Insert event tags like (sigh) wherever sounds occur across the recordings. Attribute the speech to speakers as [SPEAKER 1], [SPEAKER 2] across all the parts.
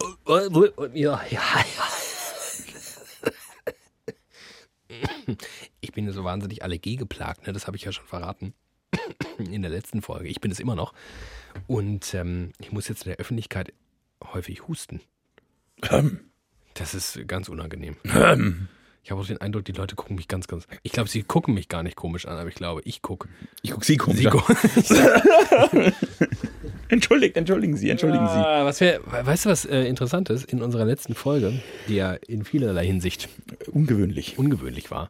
[SPEAKER 1] Äh, Ja, ja, ja. Ich bin so wahnsinnig allergiegeplagt, ne? das habe ich ja schon verraten in der letzten Folge. Ich bin es immer noch. Und ähm, ich muss jetzt in der Öffentlichkeit häufig husten.
[SPEAKER 2] Ähm,
[SPEAKER 1] Das ist ganz unangenehm.
[SPEAKER 2] ähm.
[SPEAKER 1] Ich habe auch den Eindruck, die Leute gucken mich ganz, ganz. Ich glaube, sie gucken mich gar nicht komisch an, aber ich glaube, ich gucke.
[SPEAKER 2] Ich guck Sie komisch.
[SPEAKER 1] Sie
[SPEAKER 2] an.
[SPEAKER 1] gucken.
[SPEAKER 2] Entschuldigt, entschuldigen Sie, entschuldigen
[SPEAKER 1] Ah, was wär, we- weißt du, was äh, interessant ist? In unserer letzten Folge, die ja in vielerlei Hinsicht
[SPEAKER 2] Sie. Ungewöhnlich.
[SPEAKER 1] ungewöhnlich war,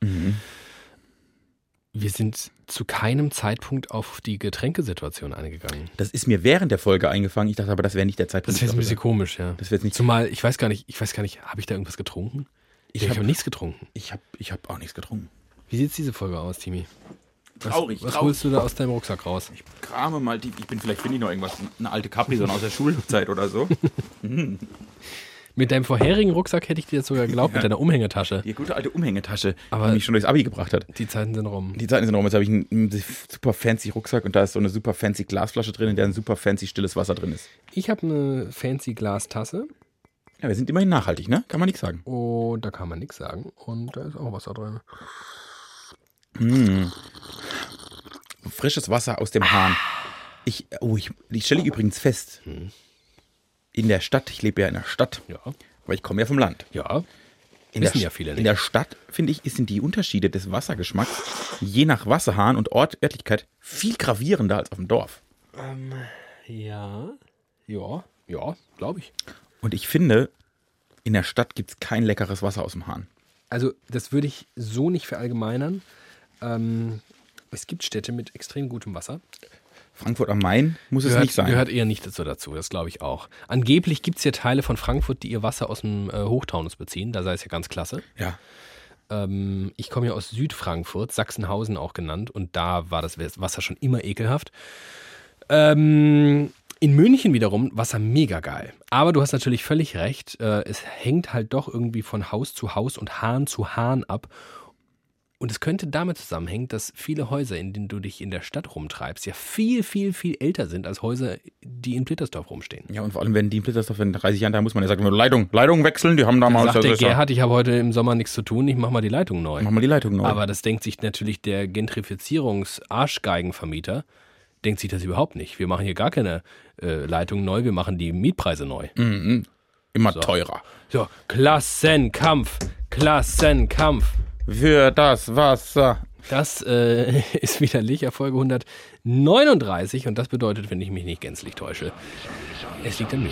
[SPEAKER 1] wir sind zu keinem Zeitpunkt auf die Getränkesituation eingegangen.
[SPEAKER 2] Das ist mir während der Folge eingefangen. Ich dachte aber, das wäre nicht der Zeitpunkt.
[SPEAKER 1] Das wäre jetzt ein bisschen komisch, ja.
[SPEAKER 2] Das wäre jetzt nicht.
[SPEAKER 1] Zumal, ich weiß gar nicht, ich weiß gar nicht, habe ich da irgendwas getrunken? Ich,
[SPEAKER 2] Ich
[SPEAKER 1] ich
[SPEAKER 2] hab-
[SPEAKER 1] habe nichts getrunken.
[SPEAKER 2] Ich habe ich hab auch nichts getrunken.
[SPEAKER 1] Wie sieht diese Folge aus, Timi? Was,
[SPEAKER 2] Traurig,
[SPEAKER 1] was
[SPEAKER 2] traurig.
[SPEAKER 1] holst du da aus deinem Rucksack raus?
[SPEAKER 2] Ich krame mal die. Ich bin vielleicht finde ich noch irgendwas. Eine alte Capri, sondern aus der Schulzeit oder so.
[SPEAKER 1] Mit deinem vorherigen Rucksack hätte ich dir das sogar geglaubt, mit deiner Umhängetasche.
[SPEAKER 2] (laughs) Die gute alte Umhängetasche,
[SPEAKER 1] Aber-
[SPEAKER 2] die mich schon durchs Abi gebracht hat.
[SPEAKER 1] Die Zeiten sind rum.
[SPEAKER 2] Die Zeiten sind rum. Jetzt habe ich einen, einen super fancy Rucksack und da ist so eine super fancy Glasflasche drin, in der ein super fancy stilles Wasser drin ist.
[SPEAKER 1] Ich habe eine fancy Glastasse
[SPEAKER 2] Ja, wir sind immerhin nachhaltig, ne? Kann man nichts sagen.
[SPEAKER 1] und da kann man nichts sagen. Und da ist auch Wasser drin.
[SPEAKER 2] Frisches Wasser aus dem Hahn. Ich, oh, ich, ich stelle übrigens fest, in der Stadt, ich lebe ja in der Stadt,
[SPEAKER 1] Ja.
[SPEAKER 2] aber ich komme ja vom Land.
[SPEAKER 1] Ja.
[SPEAKER 2] In
[SPEAKER 1] Wissen
[SPEAKER 2] der,
[SPEAKER 1] ja
[SPEAKER 2] St-
[SPEAKER 1] viele
[SPEAKER 2] In
[SPEAKER 1] nicht.
[SPEAKER 2] der Stadt, finde ich, sind die Unterschiede des Wassergeschmacks je nach Wasserhahn und Ort, Örtlichkeit viel gravierender als auf dem Dorf.
[SPEAKER 1] Ja. Ja. Ja, glaube ich.
[SPEAKER 2] Und ich finde, in der Stadt gibt es kein leckeres Wasser aus dem Hahn.
[SPEAKER 1] Also, das würde ich so nicht verallgemeinern. Ähm, es gibt Städte mit extrem gutem Wasser.
[SPEAKER 2] Frankfurt am Main muss es
[SPEAKER 1] gehört,
[SPEAKER 2] nicht sein.
[SPEAKER 1] gehört eher nicht dazu, dazu das glaube ich auch. Angeblich gibt es ja Teile von Frankfurt, die ihr Wasser aus dem äh, Hochtaunus beziehen. Da sei es ja ganz klasse.
[SPEAKER 2] ja.
[SPEAKER 1] Ähm, ich komme ja aus Südfrankfurt, Sachsenhausen auch genannt, und da war das Wasser schon immer ekelhaft. Ähm, in München wiederum Wasser mega geil. Aber du hast natürlich völlig recht, äh, es hängt halt doch irgendwie von Haus zu Haus und Hahn zu Hahn ab. Und es könnte damit zusammenhängen, dass viele Häuser, in denen du dich in der Stadt rumtreibst, ja viel, viel, viel älter sind als Häuser, die in Plittersdorf rumstehen.
[SPEAKER 2] ja, und vor allem, wenn die im Blittersdorf in 30 Jahren da muss man ja sagen, Leitung, Leitung wechseln, die haben da mal...
[SPEAKER 1] Sagt der
[SPEAKER 2] das ist ja-
[SPEAKER 1] Gerhard, ich habe heute im Sommer nichts zu tun, ich mache mal die Leitung neu.
[SPEAKER 2] Mach mal die Leitung neu.
[SPEAKER 1] Aber das denkt sich natürlich der Gentrifizierungs-Arschgeigenvermieter, denkt sich das überhaupt nicht. Wir machen hier gar keine äh, Leitung neu, wir machen die Mietpreise neu.
[SPEAKER 2] Immer teurer.
[SPEAKER 1] So, Klassenkampf, Klassenkampf.
[SPEAKER 2] Für das Wasser.
[SPEAKER 1] Das äh, (laughs) ist widerlich, Folge 139 und das bedeutet, wenn ich mich nicht gänzlich täusche, es liegt an mir.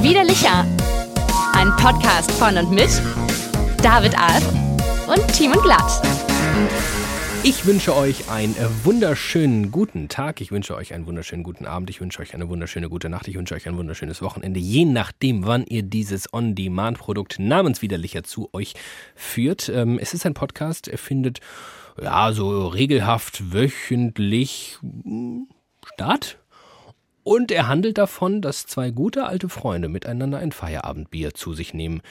[SPEAKER 3] Widerlicher. Ein Podcast von und mit David Alf und Timon Glatt.
[SPEAKER 1] Ich wünsche euch einen äh, wunderschönen guten Tag, ich wünsche euch einen wunderschönen guten Abend, ich wünsche euch eine wunderschöne gute Nacht, ich wünsche euch ein wunderschönes Wochenende, je nachdem, wann ihr dieses On-Demand-Produkt namenswiderlicher zu euch führt. Ähm, es ist ein Podcast, er findet ja so regelhaft wöchentlich mm, statt. Und er handelt davon, dass zwei gute alte Freunde miteinander ein Feierabendbier zu sich nehmen.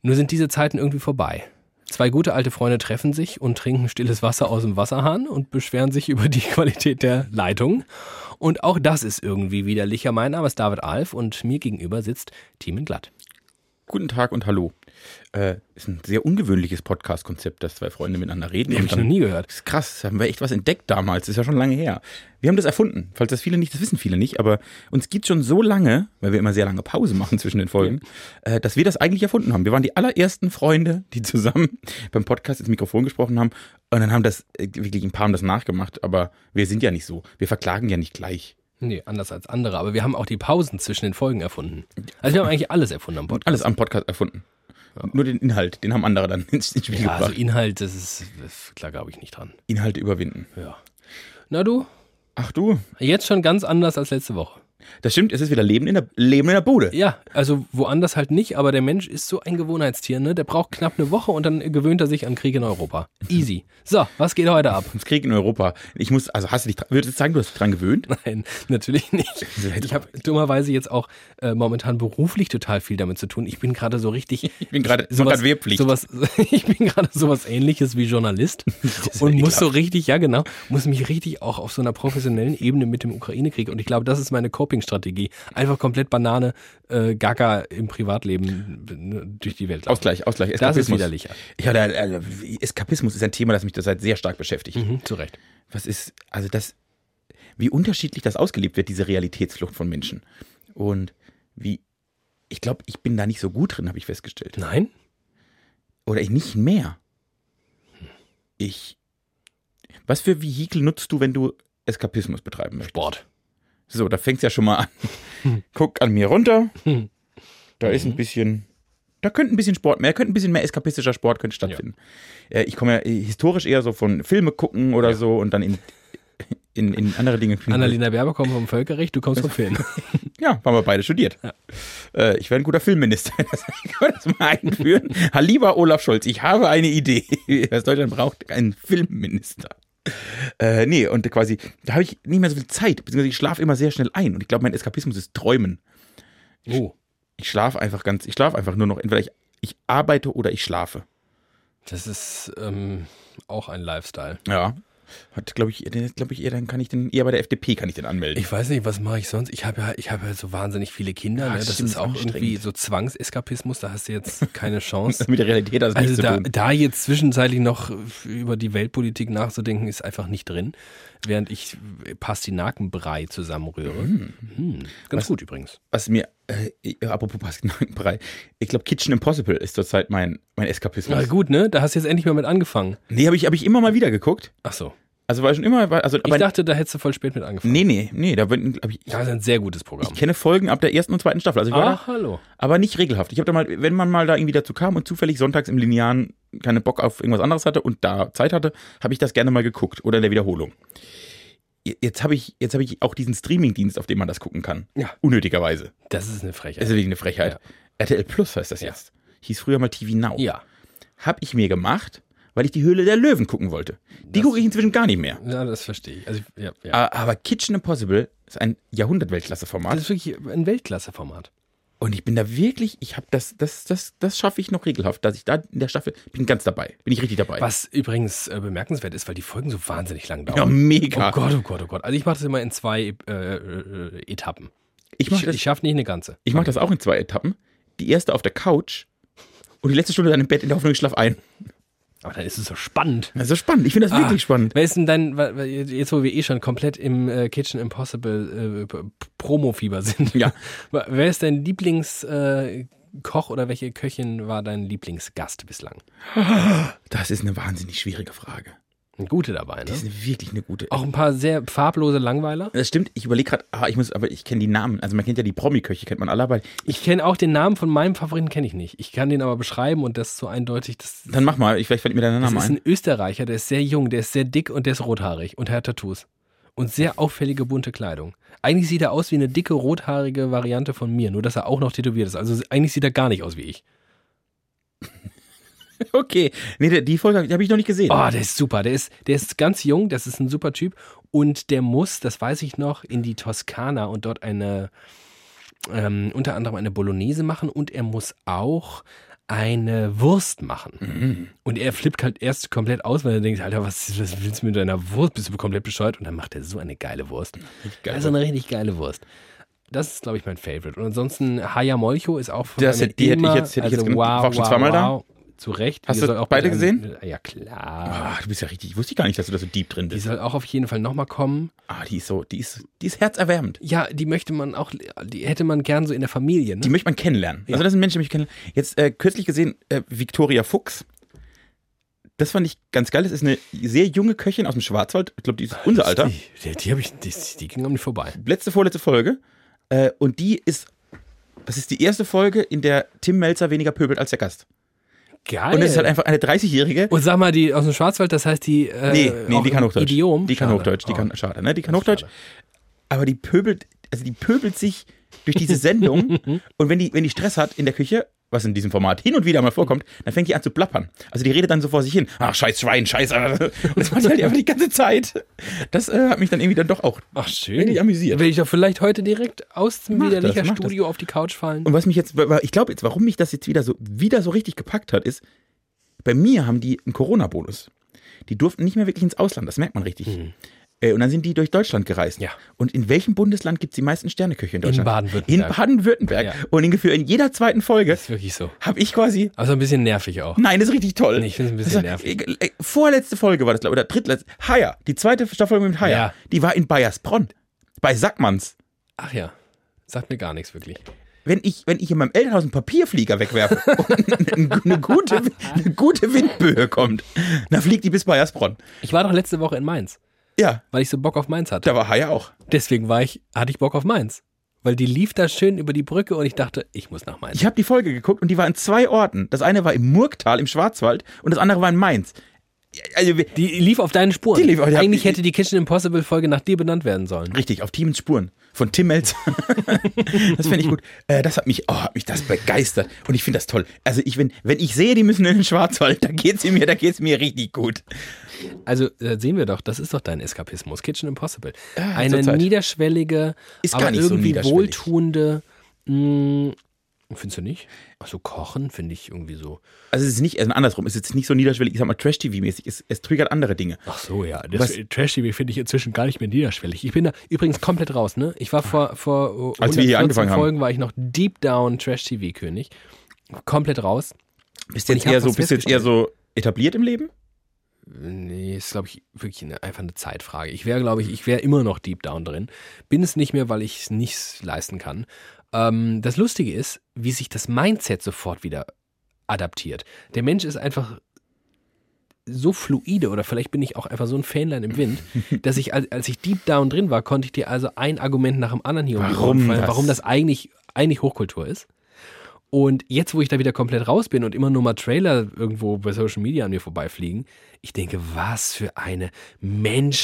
[SPEAKER 1] Nur sind diese Zeiten irgendwie vorbei. Zwei gute alte Freunde treffen sich und trinken stilles Wasser aus dem Wasserhahn und beschweren sich (laughs) über die Qualität der Leitung. Und auch das ist irgendwie widerlicher. Mein Name ist David Alf und mir gegenüber sitzt Timen Glatt.
[SPEAKER 2] Guten Tag und hallo. Äh, ist ein sehr ungewöhnliches Podcast-Konzept, dass zwei Freunde miteinander reden.
[SPEAKER 1] Hab
[SPEAKER 2] und
[SPEAKER 1] ich
[SPEAKER 2] dann-
[SPEAKER 1] noch nie gehört.
[SPEAKER 2] Das ist krass, da haben wir echt was entdeckt damals, das ist ja schon lange her. Wir haben das erfunden, falls das viele nicht, das wissen viele nicht, aber uns gibt schon so lange, weil wir immer sehr lange Pause machen (laughs) zwischen den Folgen, äh, dass wir das eigentlich erfunden haben. Wir waren die allerersten Freunde, die zusammen (laughs) beim Podcast ins Mikrofon gesprochen haben und dann haben das, äh, wirklich ein paar haben das nachgemacht, aber wir sind ja nicht so, wir verklagen ja nicht gleich.
[SPEAKER 1] Nee, anders als andere. Aber wir haben auch die Pausen zwischen den Folgen erfunden. Also wir haben eigentlich alles erfunden am Podcast.
[SPEAKER 2] Alles am Podcast erfunden. Nur den Inhalt, den haben andere dann (laughs) ins ins Spiel
[SPEAKER 1] Ja, also
[SPEAKER 2] gebracht.
[SPEAKER 1] Inhalt, das ist, das, klar glaube ich nicht dran.
[SPEAKER 2] Inhalte überwinden.
[SPEAKER 1] Ja. Na du,
[SPEAKER 2] Ach du,
[SPEAKER 1] jetzt schon ganz anders als letzte Woche.
[SPEAKER 2] das stimmt, es ist wieder Leben in der, Leben in der Bude.
[SPEAKER 1] Ja, also woanders halt nicht, aber der Mensch ist so ein Gewohnheitstier, ne? Der braucht knapp eine Woche und dann gewöhnt er sich an Krieg in Europa. Easy. So, was geht heute ab? (laughs)
[SPEAKER 2] Ums Krieg in Europa. Ich muss, also hast du dich, dra- würdest du sagen, du hast dich
[SPEAKER 1] (laughs)
[SPEAKER 2] dran gewöhnt?
[SPEAKER 1] Nein, natürlich nicht. Ich habe dummerweise jetzt auch äh, momentan beruflich total viel damit zu tun. Ich bin gerade so richtig.
[SPEAKER 2] (laughs) Ich bin gerade, so
[SPEAKER 1] sowas-
[SPEAKER 2] gerade Wehrpflicht.
[SPEAKER 1] Sowas, (laughs) ich bin gerade sowas ähnliches wie
[SPEAKER 2] (laughs)
[SPEAKER 1] Journalist
[SPEAKER 2] ist
[SPEAKER 1] und
[SPEAKER 2] ja
[SPEAKER 1] muss so richtig, ja genau, muss mich richtig auch auf so einer professionellen Ebene mit dem Ukraine-Krieg und ich glaube, das ist meine Coping-Strategie. Einfach komplett Banane, äh, Gaga im Privatleben ne, durch die Welt. laufen.
[SPEAKER 2] Ausgleich, Ausgleich.
[SPEAKER 1] Das ist widerlicher.
[SPEAKER 2] Ja, da, also, Eskapismus ist ein Thema, das mich derzeit sehr stark beschäftigt.
[SPEAKER 1] Mhm, zu Recht.
[SPEAKER 2] Was ist, also das, wie unterschiedlich das ausgelebt wird, diese Realitätsflucht von Menschen. Und wie, ich glaube, ich bin da nicht so gut drin, habe ich festgestellt.
[SPEAKER 1] Nein?
[SPEAKER 2] Oder ich nicht mehr. Ich, was für Vehikel nutzt du, wenn du Eskapismus betreiben möchtest?
[SPEAKER 1] Sport.
[SPEAKER 2] So, da fängt's ja schon mal an. Guck an mir runter. Da ist ein bisschen, da könnte ein bisschen Sport mehr, könnte ein bisschen mehr eskapistischer Sport könnte stattfinden. Äh, Ich komme ja äh, historisch eher so von Filme gucken oder so und dann in, in, in andere Dinge.
[SPEAKER 1] Annalena Berber kommt vom Völkerrecht, du kommst vom Film.
[SPEAKER 2] Ja, haben wir beide studiert. Äh, Ich wäre ein guter Filmminister. (laughs) Das können wir das mal einführen. Hallieber Olaf Scholz, ich habe eine Idee. (laughs) Was Deutschland braucht, einen Filmminister. Äh, nee, und quasi, da habe ich nicht mehr so viel Zeit, beziehungsweise ich schlafe immer sehr schnell ein. Und ich glaube, mein Eskapismus ist Träumen.
[SPEAKER 1] Oh,
[SPEAKER 2] Ich schlafe einfach ganz, ich schlafe einfach nur noch, entweder ich, ich arbeite oder ich schlafe.
[SPEAKER 1] das ist ähm, auch ein Lifestyle.
[SPEAKER 2] Ja. Hat, glaube ich, glaube ich, eher, dann kann ich den, eher bei der FDP kann ich den anmelden.
[SPEAKER 1] Ich weiß nicht, was mache ich sonst? Ich habe ja, ich habe ja so wahnsinnig viele Kinder.
[SPEAKER 2] Ja,
[SPEAKER 1] Ne?
[SPEAKER 2] das
[SPEAKER 1] Das
[SPEAKER 2] stimmt,
[SPEAKER 1] ist
[SPEAKER 2] ist
[SPEAKER 1] auch irgendwie
[SPEAKER 2] anstrengend.
[SPEAKER 1] so Zwangseskapismus. Da hast du jetzt keine (laughs) Chance.
[SPEAKER 2] mit der Realität also,
[SPEAKER 1] Also
[SPEAKER 2] nichts
[SPEAKER 1] da,
[SPEAKER 2] zu tun.
[SPEAKER 1] da jetzt zwischenzeitlich noch über die Weltpolitik nachzudenken, ist einfach nicht drin, während ich Pastinakenbrei zusammenrühre. Hm, ganz gut übrigens.
[SPEAKER 2] was mir, äh, ich- apropos Pastinakenbrei, ich glaube, Kitchen Impossible ist zurzeit mein, mein Eskapismus.
[SPEAKER 1] Na gut, ne? Da hast du jetzt endlich mal mit angefangen.
[SPEAKER 2] Nee, habe ich, hab ich immer mal wieder geguckt.
[SPEAKER 1] Ach so.
[SPEAKER 2] Also war schon immer, war, also,
[SPEAKER 1] Ich
[SPEAKER 2] aber,
[SPEAKER 1] dachte, da hättest du voll spät mit angefangen.
[SPEAKER 2] nee, nee, nee, da bin, glaub ich, ich,
[SPEAKER 1] Das ist ein sehr gutes Programm.
[SPEAKER 2] kenne Folgen ab der ersten und zweiten Staffel. Also ich war
[SPEAKER 1] Ah,
[SPEAKER 2] da,
[SPEAKER 1] hallo.
[SPEAKER 2] aber nicht regelhaft. Ich habe da mal, wenn man mal da irgendwie dazu kam und zufällig sonntags im Linearen keine Bock auf irgendwas anderes hatte und da Zeit hatte, habe ich das gerne mal geguckt oder in der Wiederholung. Je- Jetzt habe ich, jetzt habe ich auch diesen Streamingdienst, auf dem man das gucken kann.
[SPEAKER 1] Ja.
[SPEAKER 2] Unnötigerweise.
[SPEAKER 1] Das ist eine
[SPEAKER 2] Das
[SPEAKER 1] Frechheit.
[SPEAKER 2] ist wirklich eine Frechheit.
[SPEAKER 1] Ja.
[SPEAKER 2] RTL Plus heißt das
[SPEAKER 1] Ja.
[SPEAKER 2] jetzt. Hieß früher mal TV Now.
[SPEAKER 1] Ja.
[SPEAKER 2] Hab ich mir gemacht, weil ich die Höhle der Löwen gucken wollte. Die gucke ich inzwischen gar nicht mehr.
[SPEAKER 1] Ja, das verstehe ich. Also, ich- ja, ja.
[SPEAKER 2] A- Aber Kitchen Impossible ist ein
[SPEAKER 1] Das
[SPEAKER 2] Jahrhundert-Weltklasse-Format.
[SPEAKER 1] ist wirklich ein Weltklasse-Format.
[SPEAKER 2] Und ich bin da wirklich, ich habe das, das, das, das schaffe ich noch regelhaft, dass ich da in der Staffel bin ganz dabei. Bin ich richtig dabei.
[SPEAKER 1] Was übrigens äh, bemerkenswert ist, weil die Folgen so wahnsinnig lang
[SPEAKER 2] Ja,
[SPEAKER 1] dauern.
[SPEAKER 2] mega.
[SPEAKER 1] Oh Gott, oh Gott, oh Gott. Also ich mache das immer in zwei äh, äh, Etappen.
[SPEAKER 2] ich mache
[SPEAKER 1] Ich,
[SPEAKER 2] das,
[SPEAKER 1] ich schaffe nicht eine ganze.
[SPEAKER 2] ich mach das auch in zwei Etappen. Die erste auf der Couch und die letzte Stunde dann im Bett in der Hoffnung, ich schlaf ein.
[SPEAKER 1] Aber dann ist es so spannend.
[SPEAKER 2] Das ist so spannend. Ich finde das
[SPEAKER 1] Ah,
[SPEAKER 2] wirklich spannend.
[SPEAKER 1] Wer ist denn dein, wa- wa- jetzt wo wir eh schon komplett im äh, Kitchen Impossible äh, P- Promo-Fieber sind,
[SPEAKER 2] Ja.
[SPEAKER 1] (laughs) wa- wer ist dein Lieblingskoch äh, Koch oder welche Köchin war dein Lieblingsgast bislang?
[SPEAKER 2] Das ist eine wahnsinnig schwierige Frage.
[SPEAKER 1] Eine gute dabei,
[SPEAKER 2] Das ist
[SPEAKER 1] ne?
[SPEAKER 2] eine, wirklich eine gute.
[SPEAKER 1] Auch ein paar sehr farblose Langweiler.
[SPEAKER 2] Das stimmt, ich überlege gerade, ah, ich muss, aber ich kenne die Namen. Also man kennt ja die Promi-Köche, kennt man alle, aber
[SPEAKER 1] Ich kenne auch den Namen von meinem Favoriten, kenne ich nicht. Ich kann den aber beschreiben und das ist so eindeutig, das
[SPEAKER 2] dann mach mal, ich, vielleicht fällt mir dein
[SPEAKER 1] Das
[SPEAKER 2] Name
[SPEAKER 1] ist
[SPEAKER 2] ein.
[SPEAKER 1] ein Österreicher, der ist sehr jung, der ist sehr dick und der ist rothaarig und er hat Tattoos. Und sehr auffällige bunte Kleidung. Eigentlich sieht er aus wie eine dicke, rothaarige Variante von mir, nur dass er auch noch tätowiert ist. Also eigentlich sieht er gar nicht aus wie ich.
[SPEAKER 2] Okay. Nee, die- die Folge habe ich noch nicht gesehen.
[SPEAKER 1] Oh, der ist super. Der ist, der ist ganz jung, das ist ein super Typ. Und der muss, das weiß ich noch, in die Toskana und dort eine, ähm, unter anderem eine Bolognese machen und er muss auch eine Wurst machen.
[SPEAKER 2] Mhm.
[SPEAKER 1] Und er flippt halt erst komplett aus, weil er denkt, Alter, was, was willst du mit deiner Wurst? Bist du komplett bescheuert? Und dann macht er so eine geile Wurst.
[SPEAKER 2] geile
[SPEAKER 1] also eine richtig geile Wurst. Das ist, glaube ich, mein Favorite. Und ansonsten Haya Molcho ist auch von Also
[SPEAKER 2] Das hätte- die hätte ich jetzt- hätte ich jetzt genannt.
[SPEAKER 1] wow,
[SPEAKER 2] War auch schon
[SPEAKER 1] wow,
[SPEAKER 2] zweimal da?
[SPEAKER 1] wow. Zu Recht.
[SPEAKER 2] Hast
[SPEAKER 1] Die
[SPEAKER 2] du
[SPEAKER 1] soll auch
[SPEAKER 2] beide
[SPEAKER 1] mit einem- Ja, klar.
[SPEAKER 2] Ah, du bist ja richtig. Ich wusste gar nicht, dass du da so deep drin
[SPEAKER 1] Die
[SPEAKER 2] bist.
[SPEAKER 1] soll auch auf jeden Fall nochmal kommen.
[SPEAKER 2] Ah, die ist so, die ist, die ist herzerwärmend.
[SPEAKER 1] Ja, die möchte man auch, die hätte man gern so in der Familie.
[SPEAKER 2] Die
[SPEAKER 1] Ne?
[SPEAKER 2] möchte man kennenlernen. Also das sind Menschen, die mich kennenlernen. Jetzt äh, kürzlich gesehen, äh, Victoria Fuchs. Das fand ich ganz geil. Das ist eine sehr junge Köchin aus dem Schwarzwald. Ich glaube, die ist unser Alter.
[SPEAKER 1] Die, die, die, hab ich, die, die ging an mir vorbei.
[SPEAKER 2] letzte, vorletzte Folge. Äh, und die ist, das ist die erste Folge, in der Tim Melzer weniger pöbelt als der Gast.
[SPEAKER 1] Geil.
[SPEAKER 2] Und das ist halt einfach eine 30-Jährige.
[SPEAKER 1] Und sag mal, die aus dem Schwarzwald, das heißt die. Äh,
[SPEAKER 2] Nee, nee,
[SPEAKER 1] auch
[SPEAKER 2] die kann
[SPEAKER 1] im
[SPEAKER 2] Hochdeutsch.
[SPEAKER 1] Idiom.
[SPEAKER 2] Die kann
[SPEAKER 1] Schade.
[SPEAKER 2] Hochdeutsch, die
[SPEAKER 1] Oh.
[SPEAKER 2] kann, schade, ne? Die kann
[SPEAKER 1] Das ist
[SPEAKER 2] Hochdeutsch.
[SPEAKER 1] schade.
[SPEAKER 2] Aber die pöbelt, also die pöbelt sich durch diese Sendung.
[SPEAKER 1] (laughs)
[SPEAKER 2] und wenn die, wenn die Stress hat in der Küche, was in diesem Format hin und wieder mal vorkommt, dann fängt die an zu plappern. Also die redet dann so vor sich hin. Ach, scheiß Schwein, scheiß. (laughs) Und das macht die halt einfach die ganze Zeit. Das äh, hat mich dann irgendwie dann doch auch
[SPEAKER 1] Ach, schön.
[SPEAKER 2] Bin ich amüsiert.
[SPEAKER 1] Will ich doch vielleicht heute direkt aus dem
[SPEAKER 2] Mach das,
[SPEAKER 1] widerlicher
[SPEAKER 2] mach das.
[SPEAKER 1] Studio auf die Couch fallen.
[SPEAKER 2] Und was mich jetzt, wa- wa- ich glaube jetzt, warum mich das jetzt wieder so, wieder so richtig gepackt hat, ist, bei mir haben die einen Corona-Bonus. Die durften nicht mehr wirklich ins Ausland, das merkt man richtig. Äh, Und dann sind die durch Deutschland gereist.
[SPEAKER 1] Hm. Ja.
[SPEAKER 2] Und in welchem Bundesland gibt es die meisten Sterneköche in Deutschland?
[SPEAKER 1] Baden-Württemberg.
[SPEAKER 2] In Baden-Württemberg.
[SPEAKER 1] Ja.
[SPEAKER 2] Und ungefähr in jeder zweiten Folge
[SPEAKER 1] Ist wirklich so.
[SPEAKER 2] habe ich quasi
[SPEAKER 1] Also ein bisschen nervig auch.
[SPEAKER 2] Nein, das ist richtig toll.
[SPEAKER 1] Nee, ich find's ein bisschen
[SPEAKER 2] Das war- äh, äh, Vorletzte Folge war das, glaube ich, oder drittletzte. Haier, die zweite Staffel mit Haier,
[SPEAKER 1] Ja.
[SPEAKER 2] die war in Bayersbronn, bei Sackmanns.
[SPEAKER 1] Ach ja, sagt mir gar nichts wirklich.
[SPEAKER 2] Wenn ich, wenn ich in meinem Elternhaus einen Papierflieger wegwerfe (laughs) und eine, eine, gute, eine gute Windböe kommt, dann fliegt die bis Bayersbronn.
[SPEAKER 1] Ich war doch letzte Woche in Mainz,
[SPEAKER 2] Ja,
[SPEAKER 1] weil ich so Bock auf Mainz hatte.
[SPEAKER 2] da war Haier auch.
[SPEAKER 1] Deswegen war ich, hatte ich Bock auf Mainz. Weil die lief da schön über die Brücke und ich dachte, ich muss nach Mainz.
[SPEAKER 2] Ich habe die Folge geguckt und die war in zwei Orten. Das eine war im Murktal im Schwarzwald und das andere war in Mainz. Also, wir-
[SPEAKER 1] Die lief auf deinen Spuren.
[SPEAKER 2] Die lief- die hab-
[SPEAKER 1] Eigentlich
[SPEAKER 2] die-
[SPEAKER 1] hätte die Kitchen Impossible Folge nach dir benannt werden sollen.
[SPEAKER 2] Richtig, auf Teams Spuren. Von Tim Melz. (laughs) das finde ich gut. Äh, das hat mich, oh, hat mich das begeistert. Und ich finde das toll. Also ich, wenn, wenn ich sehe, die müssen in den Schwarzwald, da geht's mir, da geht's mir richtig gut.
[SPEAKER 1] Also äh, sehen wir doch, das ist doch dein Eskapismus. Kitchen Impossible. Eine
[SPEAKER 2] zurzeit.
[SPEAKER 1] niederschwellige,
[SPEAKER 2] Ist
[SPEAKER 1] aber
[SPEAKER 2] gar nicht so
[SPEAKER 1] irgendwie
[SPEAKER 2] niederschwellig.
[SPEAKER 1] wohltuende. Mh, findest du nicht? Also kochen finde ich irgendwie so.
[SPEAKER 2] Also es ist nicht, also andersrum, es ist jetzt nicht so niederschwellig, ich sag mal Trash-TV-mäßig, es, es triggert andere Dinge.
[SPEAKER 1] Ach so, ja.
[SPEAKER 2] Was-
[SPEAKER 1] Das Trash-TV finde ich inzwischen gar nicht mehr niederschwellig. Ich bin da übrigens komplett raus, ne? Ich war vor, vor äh,
[SPEAKER 2] Als wir hier
[SPEAKER 1] 114
[SPEAKER 2] angefangen haben.
[SPEAKER 1] Folgen war ich noch deep down Trash-TV-König. Komplett raus.
[SPEAKER 2] Bist
[SPEAKER 1] Und
[SPEAKER 2] jetzt
[SPEAKER 1] ich hab
[SPEAKER 2] eher so,
[SPEAKER 1] was
[SPEAKER 2] bist jetzt eher so etabliert im Leben?
[SPEAKER 1] Nee, ist, glaube ich, wirklich eine, einfach eine Zeitfrage. Ich wäre, glaube ich, ich wäre immer noch deep down drin. Bin es nicht mehr, weil ich es nicht leisten kann. Ähm, das Lustige ist, wie sich das Mindset sofort wieder adaptiert. Der Mensch ist einfach so fluide oder vielleicht bin ich auch einfach so ein Fähnlein im
[SPEAKER 2] (laughs)
[SPEAKER 1] Wind, dass ich, als, als ich deep down drin war, konnte ich dir also ein Argument nach dem anderen hier um die Ohren
[SPEAKER 2] Warum
[SPEAKER 1] fallen,
[SPEAKER 2] das?
[SPEAKER 1] warum das eigentlich, eigentlich Hochkultur ist. Und jetzt, wo ich da wieder komplett raus bin und immer nur mal Trailer irgendwo bei Social Media an mir vorbeifliegen, ich denke, was für eine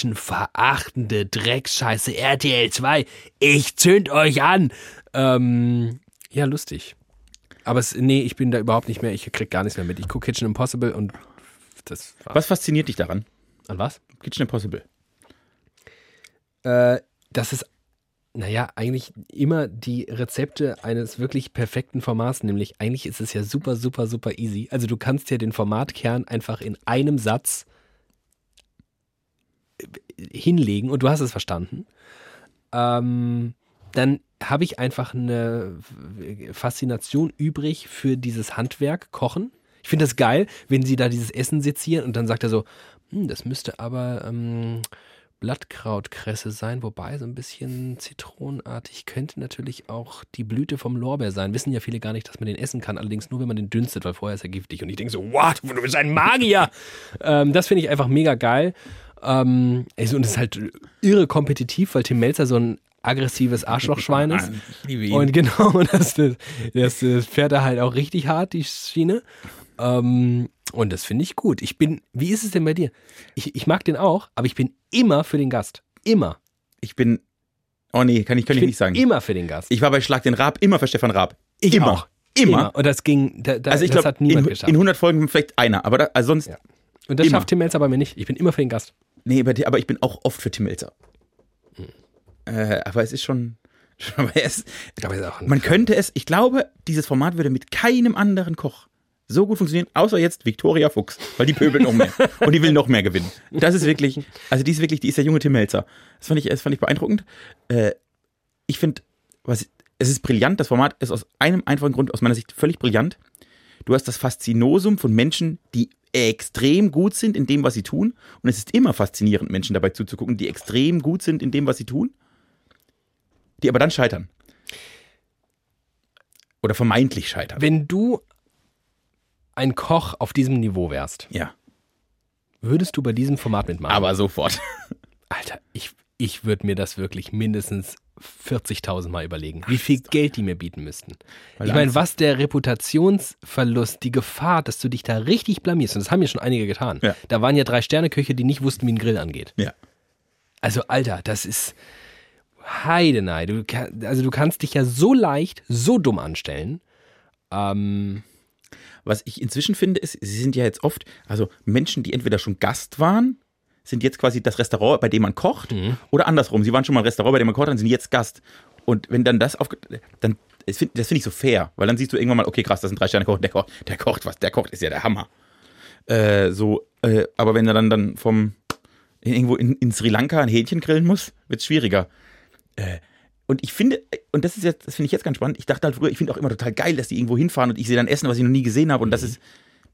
[SPEAKER 1] menschenverachtende Dreckscheiße RTL 2. Ich zünd euch an. Ähm, ja, lustig. Aber es, nee, ich bin da überhaupt nicht mehr. Ich krieg gar nichts mehr mit. Ich gucke Kitchen Impossible und das war.
[SPEAKER 2] Was fasziniert dich daran?
[SPEAKER 1] An was?
[SPEAKER 2] Kitchen Impossible.
[SPEAKER 1] äh, dass es, naja, eigentlich immer die Rezepte eines wirklich perfekten Formats, nämlich eigentlich ist es ja super, super, super easy. Also du kannst ja den Formatkern einfach in einem Satz äh, hinlegen und du hast es verstanden. Ähm, dann habe ich einfach eine äh, Faszination übrig für dieses Handwerk Kochen. Ich finde das geil, wenn sie da dieses Essen sezieren und dann sagt er so, hm, das müsste aber ähm, Blattkrautkresse sein, wobei so ein bisschen zitronenartig könnte natürlich auch die Blüte vom Lorbeer sein. Wissen ja viele gar nicht, dass man den essen kann, allerdings nur, wenn man den dünstet, weil vorher ist er giftig. Und ich denke so, what, du bist ein Magier! ähm, das finde ich einfach mega geil. Ähm, also, und es ist halt irre kompetitiv, weil Tim Melzer so ein aggressives Arschlochschwein ist.
[SPEAKER 2] Liebe ihn.
[SPEAKER 1] Und genau, (laughs) und das, das, das, das fährt er halt auch richtig hart, die Schiene. Ähm, und das finde ich gut. Ich bin, wie ist es denn bei dir? Ich, ich mag den auch, aber ich bin immer für den Gast. Immer.
[SPEAKER 2] ich bin, oh nee, kann ich, kann ich,
[SPEAKER 1] bin
[SPEAKER 2] nicht sagen.
[SPEAKER 1] Immer für den Gast.
[SPEAKER 2] Ich war bei Schlag den Raab immer für Stefan Raab.
[SPEAKER 1] Ich
[SPEAKER 2] immer.
[SPEAKER 1] auch.
[SPEAKER 2] Immer.
[SPEAKER 1] Und das ging, da, da,
[SPEAKER 2] Also ich
[SPEAKER 1] das
[SPEAKER 2] glaube,
[SPEAKER 1] hat
[SPEAKER 2] in,
[SPEAKER 1] niemand
[SPEAKER 2] in
[SPEAKER 1] geschafft.
[SPEAKER 2] 100 Folgen vielleicht einer, aber da, also sonst,
[SPEAKER 1] Ja. und das
[SPEAKER 2] immer.
[SPEAKER 1] schafft Tim Melzer bei mir nicht. Ich bin immer für den Gast.
[SPEAKER 2] Nee, aber, die- aber ich bin auch oft für Tim Elser.
[SPEAKER 1] Hm.
[SPEAKER 2] Äh, aber es ist schon. (laughs) schon- Aber es,
[SPEAKER 1] Aber ist auch ein-
[SPEAKER 2] man könnte es, ich glaube, dieses Format würde mit keinem anderen Koch so gut funktionieren, außer jetzt Victoria Fuchs, weil die pöbelt noch (laughs) mehr und die will noch mehr gewinnen. Das ist wirklich, also die ist wirklich, die ist der junge Tim Melzer. Das fand ich, das fand ich beeindruckend. Äh, ich finde, was, es ist brillant, das Format ist aus einem einfachen Grund, aus meiner Sicht völlig brillant. Du hast das Faszinosum von Menschen, die extrem gut sind in dem, was sie tun. Und es ist immer faszinierend, Menschen dabei zuzugucken, die extrem gut sind in dem, was sie tun, die aber dann scheitern. Oder vermeintlich scheitern.
[SPEAKER 1] Wenn du ein Koch auf diesem Niveau wärst,
[SPEAKER 2] Ja,
[SPEAKER 1] würdest du bei diesem Format mitmachen?
[SPEAKER 2] aber sofort.
[SPEAKER 1] Alter, ich, ich würde mir das wirklich mindestens 40.000 Mal überlegen, wie viel Geld die mir bieten müssten.
[SPEAKER 2] Weil
[SPEAKER 1] Ich meine,
[SPEAKER 2] Angst-
[SPEAKER 1] was der Reputationsverlust, die Gefahr, dass du dich da richtig blamierst, und das haben ja schon einige getan.
[SPEAKER 2] Ja.
[SPEAKER 1] Da waren ja drei Sterneköche, die nicht wussten, wie ein Grill angeht.
[SPEAKER 2] Ja.
[SPEAKER 1] Also, Alter, das ist Heidenei. Du, kann- also, du kannst dich ja so leicht, so dumm anstellen. Ähm,
[SPEAKER 2] Was ich inzwischen finde, ist, sie sind ja jetzt oft, also Menschen, die entweder schon Gast waren, sind jetzt quasi das Restaurant, bei dem man kocht, oder andersrum, sie waren schon mal ein Restaurant, bei dem man kocht, dann sind jetzt Gast. Und wenn dann das auf, dann das finde das find ich so fair, weil dann siehst du irgendwann mal, okay, krass, das sind drei Sterne koch, der kocht, der kocht was, der kocht, ist ja der Hammer. Äh, so, äh, aber wenn er dann dann vom irgendwo in, in Sri Lanka ein Hähnchen grillen muss, wird es schwieriger. Äh, und ich finde, und das ist jetzt, das finde ich jetzt ganz spannend, ich dachte halt früher, ich finde auch immer total geil, dass die irgendwo hinfahren und ich sehe dann Essen, was ich noch nie gesehen habe. Und
[SPEAKER 1] Mhm.
[SPEAKER 2] das ist,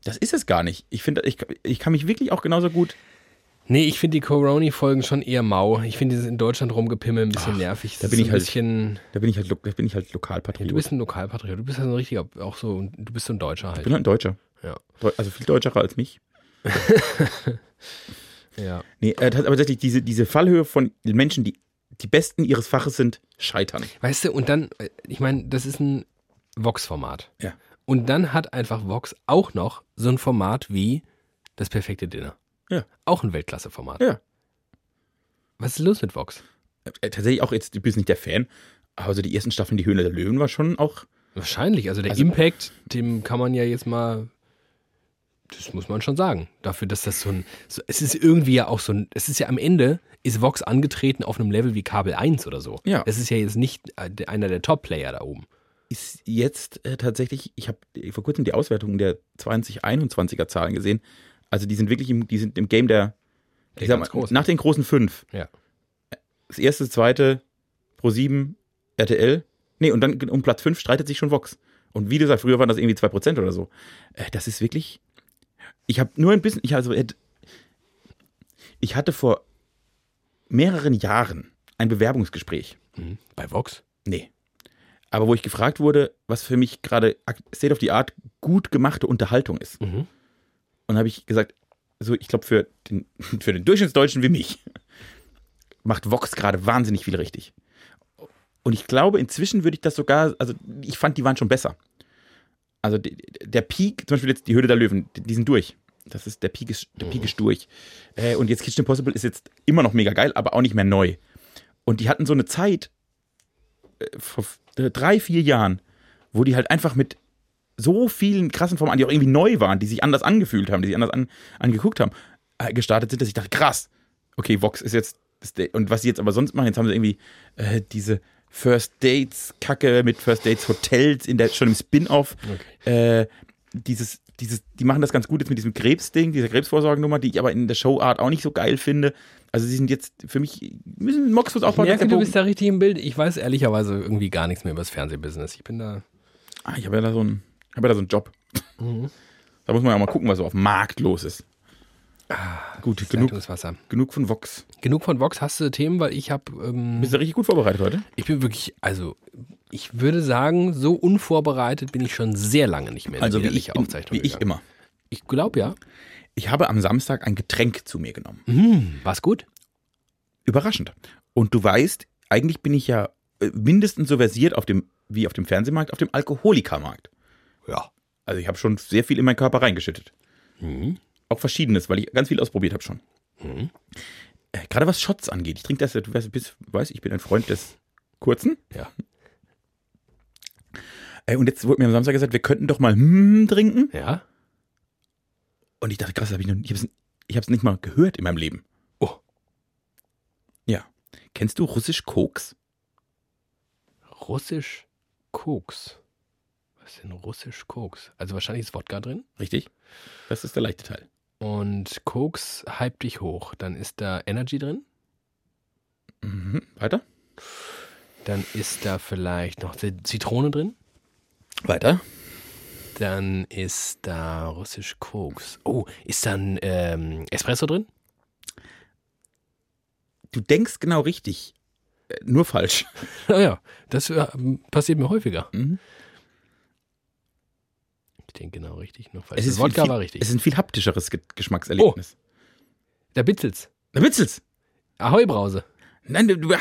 [SPEAKER 2] das ist es gar nicht. Ich finde, ich, ich kann mich wirklich auch genauso gut.
[SPEAKER 1] Nee, ich finde die Coroni-Folgen schon eher mau. Ich finde dieses in Deutschland rumgepimmel ein bisschen nervig.
[SPEAKER 2] da
[SPEAKER 1] Es
[SPEAKER 2] bin
[SPEAKER 1] ist
[SPEAKER 2] ich
[SPEAKER 1] ein
[SPEAKER 2] halt-
[SPEAKER 1] bisschen.
[SPEAKER 2] Da bin ich halt, lo- da bin ich halt
[SPEAKER 1] Ja,
[SPEAKER 2] Lokalpatriot.
[SPEAKER 1] du bist ein Lokalpatriot. Du bist ja so ein richtiger, auch so, du bist so ein Deutscher
[SPEAKER 2] ich
[SPEAKER 1] halt.
[SPEAKER 2] bin halt ein Deutscher.
[SPEAKER 1] Ja.
[SPEAKER 2] Deu- Also viel deutscherer als mich.
[SPEAKER 1] Ja.
[SPEAKER 2] Nee, äh, das- aber tatsächlich, diese, diese Fallhöhe von Menschen, die die Besten ihres Faches sind, scheitern.
[SPEAKER 1] Weißt du, und dann, äh, ich meine, das ist ein Vox-Format.
[SPEAKER 2] Ja.
[SPEAKER 1] Und dann hat einfach Vox auch noch so ein Format wie das perfekte Dinner.
[SPEAKER 2] Ja.
[SPEAKER 1] Auch ein Weltklasse-Format.
[SPEAKER 2] Ja.
[SPEAKER 1] Was ist los mit Vox?
[SPEAKER 2] Äh, tatsächlich auch jetzt, du bist nicht der Fan, aber so die ersten Staffeln Die Höhle der Löwen war schon auch.
[SPEAKER 1] Wahrscheinlich. Also der
[SPEAKER 2] Also-
[SPEAKER 1] Impact, dem kann man ja jetzt mal. Das muss man schon sagen. Dafür, dass das so ein. So, es ist irgendwie ja auch so ein. Es ist ja am Ende, ist Vox angetreten auf einem Level wie Kabel 1 oder so.
[SPEAKER 2] Ja.
[SPEAKER 1] Das ist ja jetzt nicht äh, der- einer der Top-Player da oben.
[SPEAKER 2] Ist jetzt äh, tatsächlich, ich habe vor kurzem die Auswertung der 2021er Zahlen gesehen. Also die sind wirklich im, die sind im Game der,
[SPEAKER 1] Der
[SPEAKER 2] ich sag mal,
[SPEAKER 1] ganz Großen.
[SPEAKER 2] nach den großen fünf.
[SPEAKER 1] Ja.
[SPEAKER 2] Das erste, das zweite, Pro7, RTL. Nee, und dann um Platz fünf streitet sich schon Vox. Und wie du sagst, früher waren das irgendwie 2% oder so. Äh, das ist wirklich. Ich habe nur ein bisschen. Ich, also, hätt- ich hatte vor mehreren Jahren ein Bewerbungsgespräch.
[SPEAKER 1] Mhm. Bei Vox?
[SPEAKER 2] Nee. Aber wo ich gefragt wurde, was für mich gerade ak- State of the Art gut gemachte Unterhaltung ist.
[SPEAKER 1] Mhm.
[SPEAKER 2] Und habe ich gesagt, so ich glaube für den, (laughs) für den Durchschnittsdeutschen wie mich (laughs) macht Vox gerade wahnsinnig viel richtig. Und ich glaube, inzwischen würde ich das sogar, also ich fand, die waren schon besser. Also die, der Peak, zum Beispiel jetzt die Höhle der Löwen, die, die sind durch. Das ist, der Peak ist, der Peak ist durch. Äh, und jetzt Kitchen Impossible ist jetzt immer noch mega geil, aber auch nicht mehr neu. Und die hatten so eine Zeit, vor f- äh, drei, vier Jahren, wo die halt einfach mit so vielen krassen Formaten, die auch irgendwie neu waren, die sich anders angefühlt haben, die sich anders an, angeguckt haben, äh, gestartet sind, dass ich dachte, krass, okay, Vox ist jetzt, ist der, und was sie jetzt aber sonst machen, jetzt haben sie irgendwie äh, diese First Dates Kacke mit First Dates Hotels in der, schon im Spin-Off, äh, dieses, dieses, die machen das ganz gut jetzt mit diesem Krebsding, dieser Krebsvorsorgenummer, die ich aber in der Showart auch nicht so geil finde. Also sie sind jetzt für mich, müssen Mox was
[SPEAKER 1] Ich
[SPEAKER 2] aufbauen. dass
[SPEAKER 1] merke,
[SPEAKER 2] der
[SPEAKER 1] du
[SPEAKER 2] Bogen-
[SPEAKER 1] bist da richtig im Bild. Ich weiß ehrlicherweise irgendwie gar nichts mehr über das Fernsehbusiness. Ich bin da.
[SPEAKER 2] Ah, ich habe ja da so einen, ich habe ja da so einen Job.
[SPEAKER 1] Mhm.
[SPEAKER 2] Da muss man ja mal gucken, was so auf dem Markt los ist.
[SPEAKER 1] Ah,
[SPEAKER 2] gut, genug,
[SPEAKER 1] Leitungswasser.
[SPEAKER 2] genug von Vox.
[SPEAKER 1] Genug von Vox. Hast du Themen? Weil ich habe. Ähm,
[SPEAKER 2] Bist du richtig gut vorbereitet heute?
[SPEAKER 1] ich bin wirklich. Also, ich würde sagen, so unvorbereitet bin ich schon sehr lange nicht mehr. in
[SPEAKER 2] Also
[SPEAKER 1] eine
[SPEAKER 2] wie ich,
[SPEAKER 1] widerliche
[SPEAKER 2] im-
[SPEAKER 1] Aufzeichnung
[SPEAKER 2] wie ich
[SPEAKER 1] gegangen.
[SPEAKER 2] immer.
[SPEAKER 1] Ich glaube ja.
[SPEAKER 2] Ich habe am Samstag ein Getränk zu mir genommen. Mhm.
[SPEAKER 1] Hm, war's gut?
[SPEAKER 2] Überraschend. Und du weißt, eigentlich bin ich ja äh, mindestens so versiert auf dem, wie auf dem Fernsehmarkt, auf dem Alkoholikermarkt.
[SPEAKER 1] Ja.
[SPEAKER 2] Also ich habe schon sehr viel in meinen Körper reingeschüttet.
[SPEAKER 1] Mhm.
[SPEAKER 2] Auch verschiedenes, weil ich ganz viel ausprobiert habe schon. Äh, Gerade was Shots angeht. Ich trinke das, ja- du weißt, du bist- weißt, ich bin ein Freund des Kurzen.
[SPEAKER 1] Ja.
[SPEAKER 2] Äh, Und jetzt wurde mir am Samstag gesagt, wir könnten doch mal hm trinken.
[SPEAKER 1] Ja.
[SPEAKER 2] Und ich dachte, krass, hab ich, noch, ich habe es ich hab's nicht mal gehört in meinem Leben.
[SPEAKER 1] Oh.
[SPEAKER 2] Ja. Kennst du russisch Koks?
[SPEAKER 1] Russisch Koks. Was ist denn Russisch Koks? Also, wahrscheinlich ist Wodka drin.
[SPEAKER 2] Richtig? Das ist der leichte Teil.
[SPEAKER 1] Und Koks hype dich hoch. Dann ist da Energy drin.
[SPEAKER 2] Mhm. Weiter?
[SPEAKER 1] Dann ist da vielleicht noch Zitrone drin.
[SPEAKER 2] Weiter.
[SPEAKER 1] Dann ist da russisch Koks. Oh, ist dann ähm, Espresso drin?
[SPEAKER 2] Du denkst genau richtig. Äh, Nur falsch.
[SPEAKER 1] (laughs) Ja, ja, das äh, passiert mir häufiger.
[SPEAKER 2] Mhm.
[SPEAKER 1] Ich denke genau richtig. Noch falsch.
[SPEAKER 2] Es ist
[SPEAKER 1] Wodka
[SPEAKER 2] viel,
[SPEAKER 1] war richtig.
[SPEAKER 2] Es ist ein viel haptischeres Ge Geschmackserlebnis.
[SPEAKER 1] da bitzelt's.
[SPEAKER 2] Da witzelt's.
[SPEAKER 1] Ahoi Brause.
[SPEAKER 2] Nein, du, du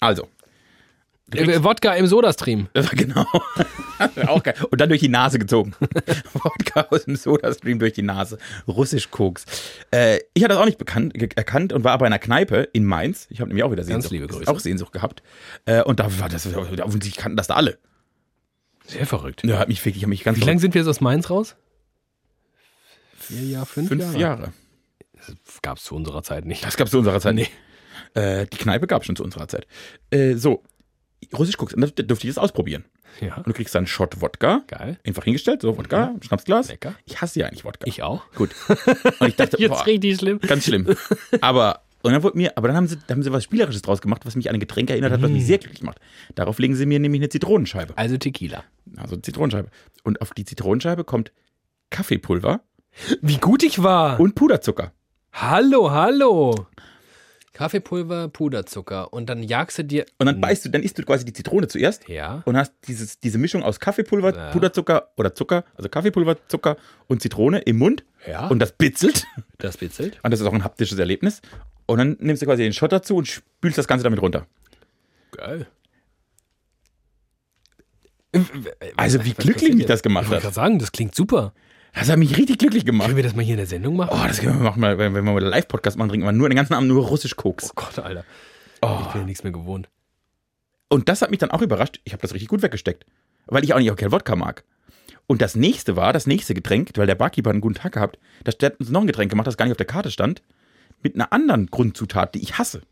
[SPEAKER 2] Also. Du
[SPEAKER 1] Äh, äh, Wodka im Sodastream.
[SPEAKER 2] (laughs) kriegst- genau. Auch geil. Und dann durch die Nase gezogen. (laughs) Wodka aus dem Sodastream durch die Nase. Russisch Koks. Äh, ich hatte das auch nicht bekannt, ge- erkannt und war aber in einer Kneipe in Mainz. Ich habe nämlich auch wieder
[SPEAKER 1] Ganz
[SPEAKER 2] Sehnsucht,
[SPEAKER 1] liebe Grüße.
[SPEAKER 2] auch Sehnsucht gehabt. Äh, und da war das, offensichtlich kannten das da alle.
[SPEAKER 1] Sehr verrückt.
[SPEAKER 2] Ja, hat mich wirklich, hat mich ganz
[SPEAKER 1] Wie lange sind wir jetzt aus Mainz raus? Vier Jahre, fünf,
[SPEAKER 2] Fünf
[SPEAKER 1] Jahre.
[SPEAKER 2] Jahre.
[SPEAKER 1] Das gab's zu unserer Zeit nicht.
[SPEAKER 2] Das gab es zu unserer Zeit.
[SPEAKER 1] Nee.
[SPEAKER 2] Äh, die Kneipe gab es schon zu unserer Zeit. Äh, so, russisch Koks. Und da durfte ich das ausprobieren.
[SPEAKER 1] (laughs) Ja.
[SPEAKER 2] Und du kriegst dann einen Shot Wodka.
[SPEAKER 1] Geil.
[SPEAKER 2] Einfach hingestellt, so Wodka, Schnapsglas.
[SPEAKER 1] Lecker.
[SPEAKER 2] Ich hasse ja eigentlich Wodka.
[SPEAKER 1] Ich auch.
[SPEAKER 2] Gut. Und ich dachte,
[SPEAKER 1] (laughs)
[SPEAKER 2] boah,
[SPEAKER 1] Jetzt richtig schlimm.
[SPEAKER 2] ganz schlimm. Aber und dann wurde mir, aber dann haben sie, dann haben sie was Spielerisches draus gemacht, was mich an ein Getränk erinnert hat, was
[SPEAKER 1] Mhm.
[SPEAKER 2] mich sehr glücklich macht. Darauf legen sie mir nämlich eine Zitronenscheibe.
[SPEAKER 1] Also Tequila.
[SPEAKER 2] Also Zitronenscheibe. Und auf die Zitronenscheibe kommt Kaffeepulver
[SPEAKER 1] Wie gut ich war.
[SPEAKER 2] und Puderzucker.
[SPEAKER 1] hallo, hallo. Kaffeepulver, Puderzucker und dann jagst du dir.
[SPEAKER 2] Und dann beißt du, dann isst du quasi die Zitrone zuerst
[SPEAKER 1] Ja.
[SPEAKER 2] und hast dieses, diese Mischung aus Kaffeepulver,
[SPEAKER 1] Ja.
[SPEAKER 2] Puderzucker oder Zucker, also Kaffeepulver, Zucker und Zitrone im Mund.
[SPEAKER 1] Ja.
[SPEAKER 2] Und das bitzelt.
[SPEAKER 1] Das bitzelt.
[SPEAKER 2] Und das ist auch ein haptisches Erlebnis. Und dann nimmst du quasi den Shot dazu und spülst das Ganze damit runter.
[SPEAKER 1] Geil.
[SPEAKER 2] Also wie glücklich mich das
[SPEAKER 1] Ich
[SPEAKER 2] gemacht
[SPEAKER 1] wollte
[SPEAKER 2] hat.
[SPEAKER 1] gerade sagen, das klingt super.
[SPEAKER 2] Das hat mich richtig glücklich
[SPEAKER 1] Können
[SPEAKER 2] gemacht.
[SPEAKER 1] wir das mal hier in der Sendung machen?
[SPEAKER 2] Oh, das können wir machen, mal, wenn wenn wir mal einen Live-Podcast machen, trinken wir nur den ganzen Abend nur russisch Koks.
[SPEAKER 1] Oh Gott, Alter.
[SPEAKER 2] Oh.
[SPEAKER 1] Ich bin ja nichts mehr gewohnt.
[SPEAKER 2] Und das hat mich dann auch überrascht. Ich habe das richtig gut weggesteckt. Weil ich auch nicht auch keinen Wodka mag. Und das nächste war, das nächste Getränk, weil der Barkeeper einen guten Tag gehabt, da hat uns noch ein Getränk gemacht, das gar nicht auf der Karte stand, mit einer anderen Grundzutat, die ich hasse.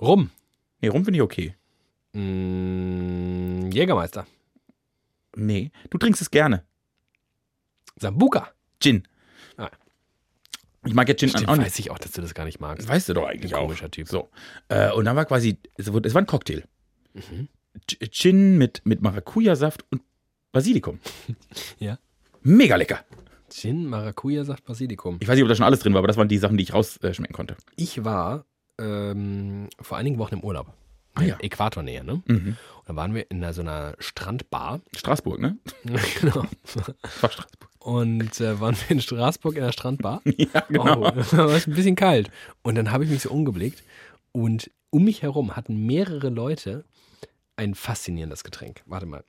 [SPEAKER 1] Rum.
[SPEAKER 2] Nee, rum finde ich okay.
[SPEAKER 1] Mm, Jägermeister.
[SPEAKER 2] Nee, du trinkst es gerne.
[SPEAKER 1] Sambuka.
[SPEAKER 2] Gin.
[SPEAKER 1] Ah.
[SPEAKER 2] Ich mag ja Gin
[SPEAKER 1] Stimmt,
[SPEAKER 2] auch nicht.
[SPEAKER 1] weiß ich auch, dass du das gar nicht magst.
[SPEAKER 2] Das weißt du doch eigentlich
[SPEAKER 1] Ein
[SPEAKER 2] auch.
[SPEAKER 1] komischer Typ.
[SPEAKER 2] So. Äh, und dann war quasi, es, wurde, es war ein Cocktail.
[SPEAKER 1] Mhm.
[SPEAKER 2] G- Gin mit, mit Maracuja-Saft und Basilikum.
[SPEAKER 1] (laughs) Ja.
[SPEAKER 2] Mega lecker.
[SPEAKER 1] Gin, Maracuja, sagt Basilikum.
[SPEAKER 2] Ich weiß nicht, ob da schon alles drin war, aber das waren die Sachen, die ich rausschmecken äh, konnte.
[SPEAKER 1] Ich war ähm, vor einigen Wochen im Urlaub.
[SPEAKER 2] Ah ja.
[SPEAKER 1] Äquatornähe, ne? Und da waren wir in einer, so einer Strandbar. (laughs)
[SPEAKER 2] Straßburg, ne?
[SPEAKER 1] genau.
[SPEAKER 2] Das war Straßburg.
[SPEAKER 1] Und äh, waren wir in Straßburg in einer Strandbar.
[SPEAKER 2] (laughs) Ja, (laughs) genau.
[SPEAKER 1] Oh, war es ein bisschen kalt. Und dann habe ich mich so umgeblickt und um mich herum hatten mehrere Leute ein faszinierendes Getränk. Warte mal.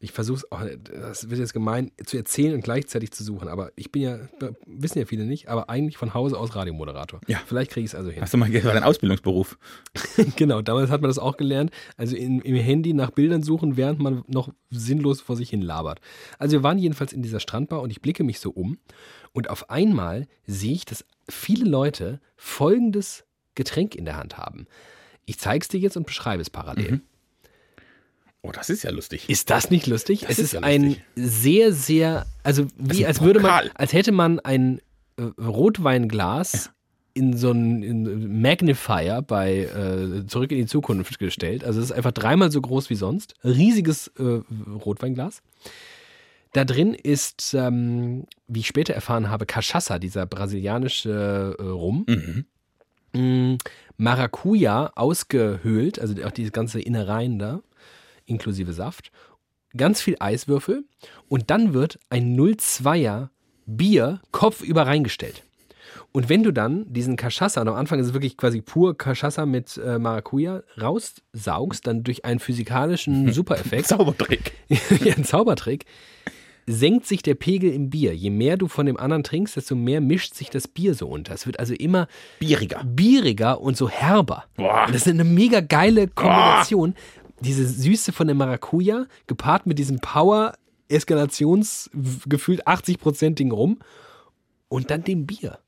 [SPEAKER 1] Ich versuche es, das wird jetzt gemein, zu erzählen und gleichzeitig zu suchen. Aber ich bin ja, wissen ja viele nicht, aber eigentlich von Hause aus Radiomoderator.
[SPEAKER 2] Ja.
[SPEAKER 1] Vielleicht kriege ich es also hin.
[SPEAKER 2] Hast du mal das war dein Ausbildungsberuf?
[SPEAKER 1] (laughs) genau, damals hat man das auch gelernt. Also in, im Handy nach Bildern suchen, während man noch sinnlos vor sich hin labert. Also wir waren jedenfalls in dieser Strandbar und ich blicke mich so um und auf einmal sehe ich, dass viele Leute folgendes Getränk in der Hand haben. Ich zeig's dir jetzt und beschreibe es parallel.
[SPEAKER 2] Oh, das ist ja lustig. (laughs)
[SPEAKER 1] Ist das nicht lustig? es
[SPEAKER 2] ist
[SPEAKER 1] ist
[SPEAKER 2] ja
[SPEAKER 1] ein
[SPEAKER 2] lustig.
[SPEAKER 1] sehr, sehr, also wie
[SPEAKER 2] ein
[SPEAKER 1] als würde man,
[SPEAKER 2] Pokal.
[SPEAKER 1] als hätte man ein äh, Rotweinglas in so einen Magnifier bei äh, Zurück in die Zukunft gestellt. Also es ist einfach dreimal so groß wie sonst. Riesiges äh, Rotweinglas. Da drin ist, ähm, wie ich später erfahren habe, Cachaça, dieser brasilianische äh, Rum. Mm, Maracuja ausgehöhlt, also auch diese ganze Innereien da, inklusive Saft. Ganz viel Eiswürfel und dann wird ein 02er Bier kopfüber reingestellt. Und wenn du dann diesen Cachaça, und am Anfang ist es wirklich quasi pur Cachaça mit äh, Maracuja, raussaugst, dann durch einen physikalischen Supereffekt,
[SPEAKER 2] Zaubertrick.
[SPEAKER 1] (laughs) wie ein Zaubertrick, senkt sich der Pegel im Bier. Je mehr du von dem anderen trinkst, desto mehr mischt sich das Bier so unter. Es wird also immer
[SPEAKER 2] Bieriger.
[SPEAKER 1] bieriger und so herber.
[SPEAKER 2] Boah.
[SPEAKER 1] Und Das ist eine mega geile Kombination. Diese Süße von der Maracuja gepaart mit diesem Power Eskalationsgefühl 80%igen rum und dann dem Bier.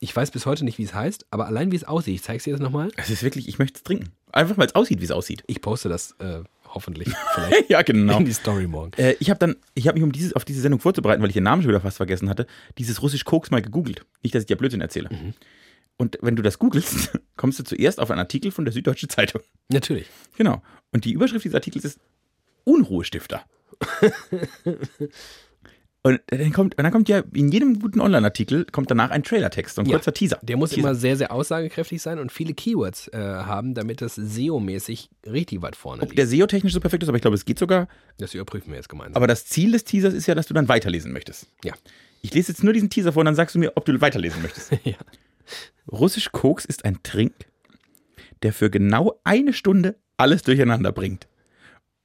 [SPEAKER 1] Ich weiß bis heute nicht, wie es heißt, aber allein wie es aussieht, ich zeige es dir jetzt nochmal.
[SPEAKER 2] Es ist wirklich, ich möchte es trinken. Einfach, weil es aussieht, wie es aussieht. (laughs)
[SPEAKER 1] Ich poste das äh, hoffentlich vielleicht
[SPEAKER 2] Ja, (laughs) genau.
[SPEAKER 1] in die Story morgen.
[SPEAKER 2] Äh, ich habe dann, ich habe mich um dieses, auf diese Sendung vorzubereiten, weil ich den Namen schon wieder fast vergessen hatte, dieses russisch Koks mal gegoogelt. Nicht, dass ich dir Blödsinn erzähle.
[SPEAKER 1] Mhm.
[SPEAKER 2] Und wenn du das googelst, (laughs) kommst du zuerst auf einen Artikel von der Süddeutschen Zeitung. (laughs)
[SPEAKER 1] Natürlich.
[SPEAKER 2] Genau. Und die Überschrift dieses Artikels ist
[SPEAKER 1] (laughs)
[SPEAKER 2] Unruhestifter. und dann kommt, und dann kommt ja in jedem guten Online-Artikel kommt danach ein Trailertext, so ein
[SPEAKER 1] Ja.
[SPEAKER 2] kurzer Teaser.
[SPEAKER 1] Der muss
[SPEAKER 2] Teaser.
[SPEAKER 1] immer sehr, sehr aussagekräftig sein und viele Keywords äh, haben, damit das SEO-mäßig richtig weit vorne
[SPEAKER 2] der
[SPEAKER 1] liegt.
[SPEAKER 2] SEO-technisch so perfekt ist, aber ich glaube, es geht sogar.
[SPEAKER 1] Das überprüfen wir jetzt gemeinsam.
[SPEAKER 2] Aber das Ziel des Teasers ist ja, dass du dann weiterlesen möchtest.
[SPEAKER 1] ja.
[SPEAKER 2] Ich lese jetzt nur diesen Teaser vor und dann sagst du mir, ob du weiterlesen möchtest.
[SPEAKER 1] (laughs) ja.
[SPEAKER 2] Russisch Koks ist ein Trink, der für genau eine Stunde alles durcheinander bringt.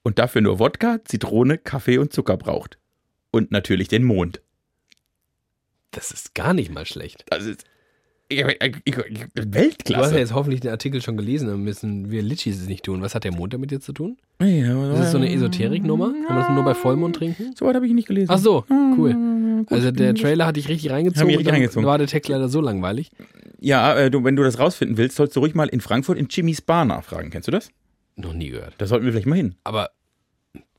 [SPEAKER 2] Und dafür nur Wodka, Zitrone, Kaffee und Zucker braucht. Und natürlich den Mond.
[SPEAKER 1] Das ist gar nicht mal schlecht.
[SPEAKER 2] Das ist ich- ich- ich-
[SPEAKER 1] Du hast ja
[SPEAKER 2] Weltklasse.
[SPEAKER 1] jetzt hoffentlich den Artikel schon gelesen und müssen wir Litschis es nicht tun. Was hat der Mond damit jetzt zu tun? Ist das so eine Esoterik-Nummer? Kann man das nur bei Vollmond trinken?
[SPEAKER 2] So weit habe ich ihn nicht gelesen.
[SPEAKER 1] Ach so, cool. Also der Trailer hat dich richtig
[SPEAKER 2] Hab
[SPEAKER 1] reingezogen
[SPEAKER 2] mich
[SPEAKER 1] und
[SPEAKER 2] richtig
[SPEAKER 1] dann
[SPEAKER 2] reingezogen.
[SPEAKER 1] war der Text leider so langweilig.
[SPEAKER 2] Ja, äh, du, wenn du das rausfinden willst, sollst du ruhig mal in Frankfurt in Jimmy's Bar nachfragen. Kennst du das?
[SPEAKER 1] Noch nie gehört.
[SPEAKER 2] Da sollten wir vielleicht mal hin.
[SPEAKER 1] Aber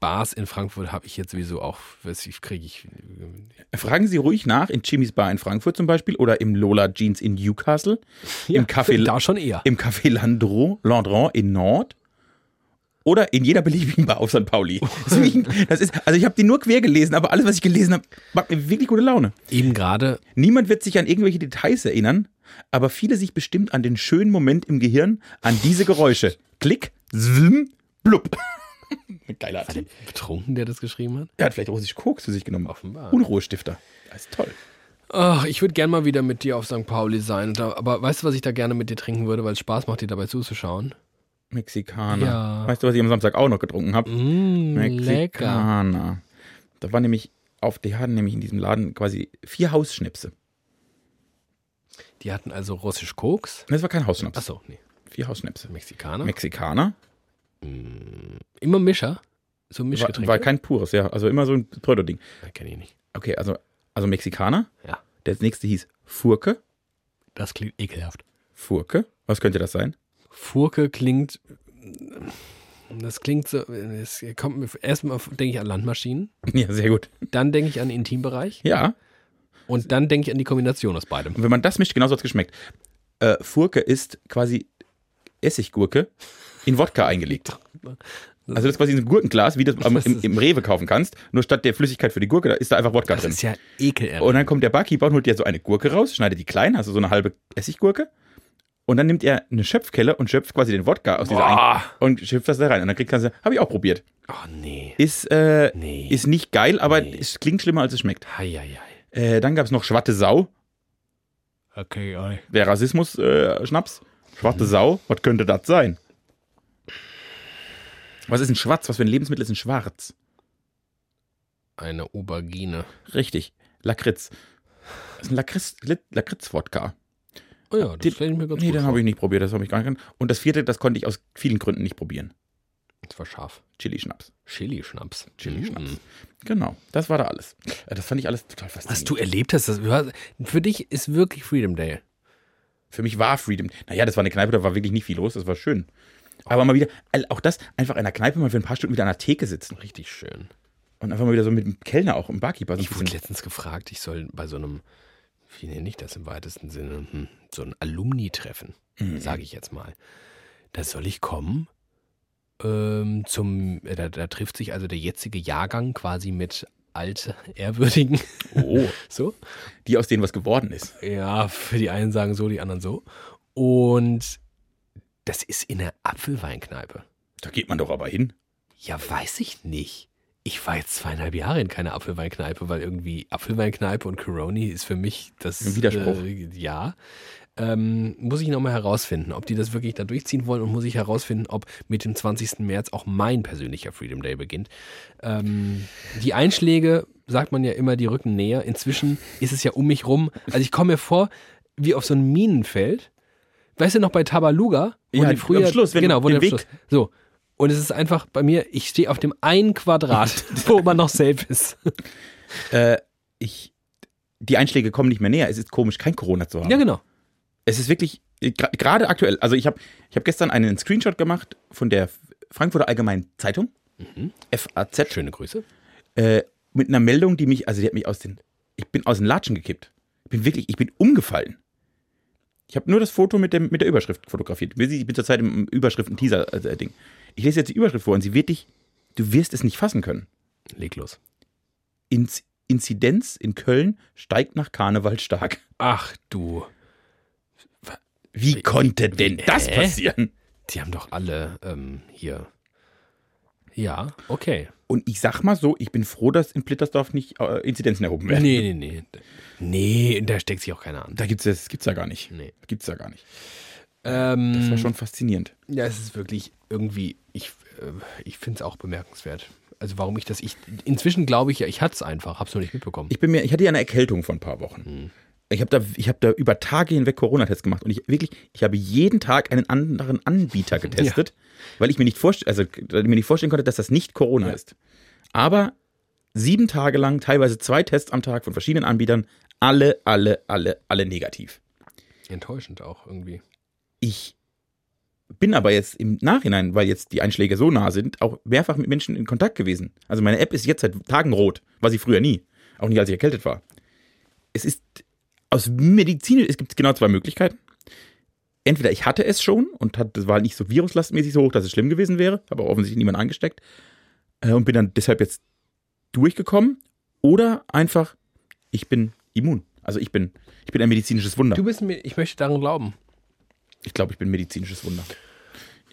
[SPEAKER 1] Bars in Frankfurt habe ich jetzt sowieso auch, weiß ich, kriege ich.
[SPEAKER 2] Fragen Sie ruhig nach, in Jimmys Bar in Frankfurt zum Beispiel oder im Lola Jeans in Newcastle, im
[SPEAKER 1] (laughs)
[SPEAKER 2] Café,
[SPEAKER 1] Da schon eher.
[SPEAKER 2] im Café Landro, Landron in Nord oder in jeder beliebigen Bar auf St.
[SPEAKER 1] (laughs)
[SPEAKER 2] Pauli. Deswegen, das ist, also ich habe die nur quer gelesen, aber alles, was ich gelesen habe, macht mir wirklich gute Laune.
[SPEAKER 1] Eben gerade
[SPEAKER 2] Niemand wird sich an irgendwelche Details erinnern, aber viele sich bestimmt an den schönen Moment im Gehirn, an diese Geräusche. Klick, zwim,
[SPEAKER 1] (laughs)
[SPEAKER 2] blub. Geiler Artikel.
[SPEAKER 1] betrunken, der das geschrieben hat.
[SPEAKER 2] Er hat vielleicht russisch Koks zu sich genommen.
[SPEAKER 1] Offenbar.
[SPEAKER 2] Unruhestifter. Das ist toll.
[SPEAKER 1] Ach, ich würde gern mal wieder mit dir auf St. Pauli sein. Da, aber weißt du, was ich da gerne mit dir trinken würde, weil es Spaß macht, dir dabei zuzuschauen?
[SPEAKER 2] Mexikaner.
[SPEAKER 1] Ja.
[SPEAKER 2] Weißt du, was ich am Samstag auch noch getrunken habe?
[SPEAKER 1] Mm, lecker.
[SPEAKER 2] Mexikaner. Da war nämlich auf, die hatten nämlich in diesem Laden quasi vier Hausschnäpse.
[SPEAKER 1] Die hatten also russisch Koks.
[SPEAKER 2] Das war kein Hausschnaps.
[SPEAKER 1] Achso, nee.
[SPEAKER 2] Vier Hausschnäpse.
[SPEAKER 1] Mexikaner.
[SPEAKER 2] Mexikaner.
[SPEAKER 1] Immer Mischer. So
[SPEAKER 2] War,
[SPEAKER 1] Mischgetränke.
[SPEAKER 2] war kein pures, ja. Also immer so ein Pseudoding.
[SPEAKER 1] Nein, kenn ich nicht.
[SPEAKER 2] Okay, also, also Mexikaner.
[SPEAKER 1] Ja.
[SPEAKER 2] Der nächste hieß Furke.
[SPEAKER 1] Das klingt ekelhaft.
[SPEAKER 2] Furke. Was könnte das sein? (laughs)
[SPEAKER 1] Furke klingt. Das klingt so. Es kommt mir. Erstmal denke ich an Landmaschinen.
[SPEAKER 2] Ja, sehr gut.
[SPEAKER 1] Dann denke ich an Intimbereich.
[SPEAKER 2] Ja.
[SPEAKER 1] Und dann denke ich an die Kombination aus beidem.
[SPEAKER 2] Und wenn man das mischt, genauso hat es geschmeckt. Äh, Furke ist quasi Essiggurke in
[SPEAKER 1] (laughs)
[SPEAKER 2] Wodka eingelegt. Also das ist quasi ein Gurkenglas, wie du das am-
[SPEAKER 1] Das
[SPEAKER 2] im,
[SPEAKER 1] ist-
[SPEAKER 2] im Rewe kaufen kannst. Nur statt der Flüssigkeit für die Gurke, da ist da einfach Wodka
[SPEAKER 1] Das
[SPEAKER 2] drin.
[SPEAKER 1] ist ja ekelhaft.
[SPEAKER 2] Und dann kommt der Barkeeper und holt dir so eine Gurke raus, schneidet die klein, also so eine halbe Essiggurke. Und dann nimmt er eine Schöpfkelle und schöpft quasi den Wodka aus dieser
[SPEAKER 1] Boah.
[SPEAKER 2] ein und schöpft das da rein. Und dann kriegt er, habe ich auch probiert.
[SPEAKER 1] Oh nee.
[SPEAKER 2] Ist, äh,
[SPEAKER 1] Nee.
[SPEAKER 2] ist nicht geil, aber es klingt schlimmer, als es schmeckt.
[SPEAKER 1] Heieiei.
[SPEAKER 2] Äh, dann gab es noch Schwatte Sau.
[SPEAKER 1] Okay, ei.
[SPEAKER 2] Der Rassismus-Schnaps. Schwarze äh, Sau, was könnte das sein? Was ist ein Schwarz? Was für ein Lebensmittel ist ein Schwarz?
[SPEAKER 1] Eine Aubergine.
[SPEAKER 2] Richtig, Lakritz. Das ist ein Lakritz- Lakritz-Wodka.
[SPEAKER 1] Oh ja, das
[SPEAKER 2] Den-
[SPEAKER 1] stelle ich mir ganz
[SPEAKER 2] nee,
[SPEAKER 1] gut
[SPEAKER 2] den
[SPEAKER 1] vor.
[SPEAKER 2] habe ich nicht probiert, das habe ich gar nicht. Und das vierte, das konnte ich aus vielen Gründen nicht probieren.
[SPEAKER 1] Das war scharf.
[SPEAKER 2] Chili-Schnaps.
[SPEAKER 1] Chili-Schnaps.
[SPEAKER 2] Chili-Schnaps.
[SPEAKER 1] Mm.
[SPEAKER 2] Genau, das war da alles. Äh, Das fand ich alles total faszinierend.
[SPEAKER 1] Was du erlebt hast, das, für dich ist wirklich Freedom Day.
[SPEAKER 2] Für mich war Freedom. Naja, das war eine Kneipe, da war wirklich nicht viel los, das war schön. Aber mal wieder, auch das, einfach in einer Kneipe mal für ein paar Stunden wieder an der Theke sitzen.
[SPEAKER 1] Richtig schön.
[SPEAKER 2] Und einfach mal wieder so mit dem Kellner auch, im Barkeeper. So ein
[SPEAKER 1] Ich wurde
[SPEAKER 2] bisschen-
[SPEAKER 1] letztens gefragt, ich soll bei so einem, wie nenne ich das im weitesten Sinne, hm, so ein Alumni-Treffen,
[SPEAKER 2] Mhm.
[SPEAKER 1] sage ich jetzt mal. Da soll ich kommen ähm, zum, äh, da, da trifft sich also der jetzige Jahrgang quasi mit alte Ehrwürdigen. (laughs)
[SPEAKER 2] oh.
[SPEAKER 1] So.
[SPEAKER 2] (laughs) die aus denen was geworden ist.
[SPEAKER 1] Ja, für die einen sagen so, die anderen so. Und das ist in der Apfelweinkneipe.
[SPEAKER 2] Da geht man doch aber hin.
[SPEAKER 1] Ja, weiß ich nicht. Ich war jetzt zweieinhalb Jahre in keiner Apfelweinkneipe, weil irgendwie Apfelweinkneipe und Coroni ist für mich das.
[SPEAKER 2] Ein Widerspruch.
[SPEAKER 1] Äh, ja. Ähm, muss ich nochmal herausfinden, ob die das wirklich da durchziehen wollen und muss ich herausfinden, ob mit dem 20. März auch mein persönlicher Freedom Day beginnt. Ähm, die Einschläge, sagt man ja immer, die rücken näher. Inzwischen ist es ja um mich rum. Also ich komme mir vor, wie auf so ein Minenfeld. Weißt du noch bei Tabaluga? wo
[SPEAKER 2] Ja,
[SPEAKER 1] die früher-
[SPEAKER 2] am Schluss, wenn
[SPEAKER 1] genau, wo
[SPEAKER 2] den
[SPEAKER 1] der am
[SPEAKER 2] Weg-
[SPEAKER 1] Schluss. So. Und es ist einfach bei mir, ich stehe auf dem einen
[SPEAKER 2] (laughs)
[SPEAKER 1] Quadrat, wo man noch safe ist.
[SPEAKER 2] Äh, ich, die Einschläge kommen nicht mehr näher. Es ist komisch, kein Corona zu haben.
[SPEAKER 1] Ja, genau.
[SPEAKER 2] Es ist wirklich äh, gra- gerade aktuell. Also ich habe ich hab gestern einen Screenshot gemacht von der Frankfurter Allgemeinen Zeitung, Mhm. FAZ,
[SPEAKER 1] Schöne Grüße.
[SPEAKER 2] äh, mit einer Meldung, die mich, also die hat mich aus den, ich bin aus den Latschen gekippt. Ich bin wirklich, ich bin umgefallen. Ich habe nur das Foto mit, dem, mit der Überschrift fotografiert. Wir- Ich bin zurzeit im Überschriften-Teaser-Ding. ich lese jetzt die Überschrift vor und sie wird dich, du wirst es nicht fassen können.
[SPEAKER 1] Leg los.
[SPEAKER 2] Inz Inzidenz in Köln steigt nach Karneval stark.
[SPEAKER 1] Ach du,
[SPEAKER 2] Wie konnte denn das
[SPEAKER 1] Hä?
[SPEAKER 2] passieren?
[SPEAKER 1] die haben doch alle ähm, hier. Ja, okay.
[SPEAKER 2] Und ich sag mal so, ich bin froh, dass in Blittersdorf nicht äh, Inzidenzen erhoben werden.
[SPEAKER 1] Nee, nee, nee. Nee, da steckt sich auch keiner an.
[SPEAKER 2] Da gibt's das gibt's ja gar nicht.
[SPEAKER 1] Nee.
[SPEAKER 2] Gibt's ja gar nicht.
[SPEAKER 1] Ähm,
[SPEAKER 2] Das war schon faszinierend.
[SPEAKER 1] Ja, es ist wirklich irgendwie, ich, äh, ich finde es auch bemerkenswert. Also warum ich das, ich, inzwischen glaube ich ja, ich hatte es einfach, hab's nur nicht mitbekommen.
[SPEAKER 2] Ich bin mir, ich hatte ja eine Erkältung vor ein paar Wochen.
[SPEAKER 1] Mhm.
[SPEAKER 2] Ich habe da, ich habe da über Tage hinweg Corona-Tests gemacht und ich wirklich, ich habe jeden Tag einen anderen Anbieter getestet, weil ich mir nicht vorstellen, also weil ich mir nicht vorstellen konnte, dass das nicht Corona ist. Aber sieben Tage lang, teilweise zwei Tests am Tag von verschiedenen Anbietern, alle, alle, alle, alle negativ.
[SPEAKER 1] Enttäuschend auch irgendwie.
[SPEAKER 2] Ich bin aber jetzt im Nachhinein, weil jetzt die Einschläge so nah sind, auch mehrfach mit Menschen in Kontakt gewesen. Also meine App ist jetzt seit Tagen rot, war sie früher nie. Auch nicht, als ich erkältet war. Es ist aus Medizin, es gibt genau zwei Möglichkeiten. Entweder ich hatte es schon und hat, das war halt nicht so viruslastmäßig so hoch, dass es schlimm gewesen wäre, habe auch offensichtlich niemand angesteckt äh, und bin dann deshalb jetzt durchgekommen. Oder einfach, ich bin immun. Also ich bin, ich bin ein medizinisches Wunder.
[SPEAKER 1] Du bist mir, ich möchte daran glauben.
[SPEAKER 2] Ich glaube, ich bin ein medizinisches Wunder.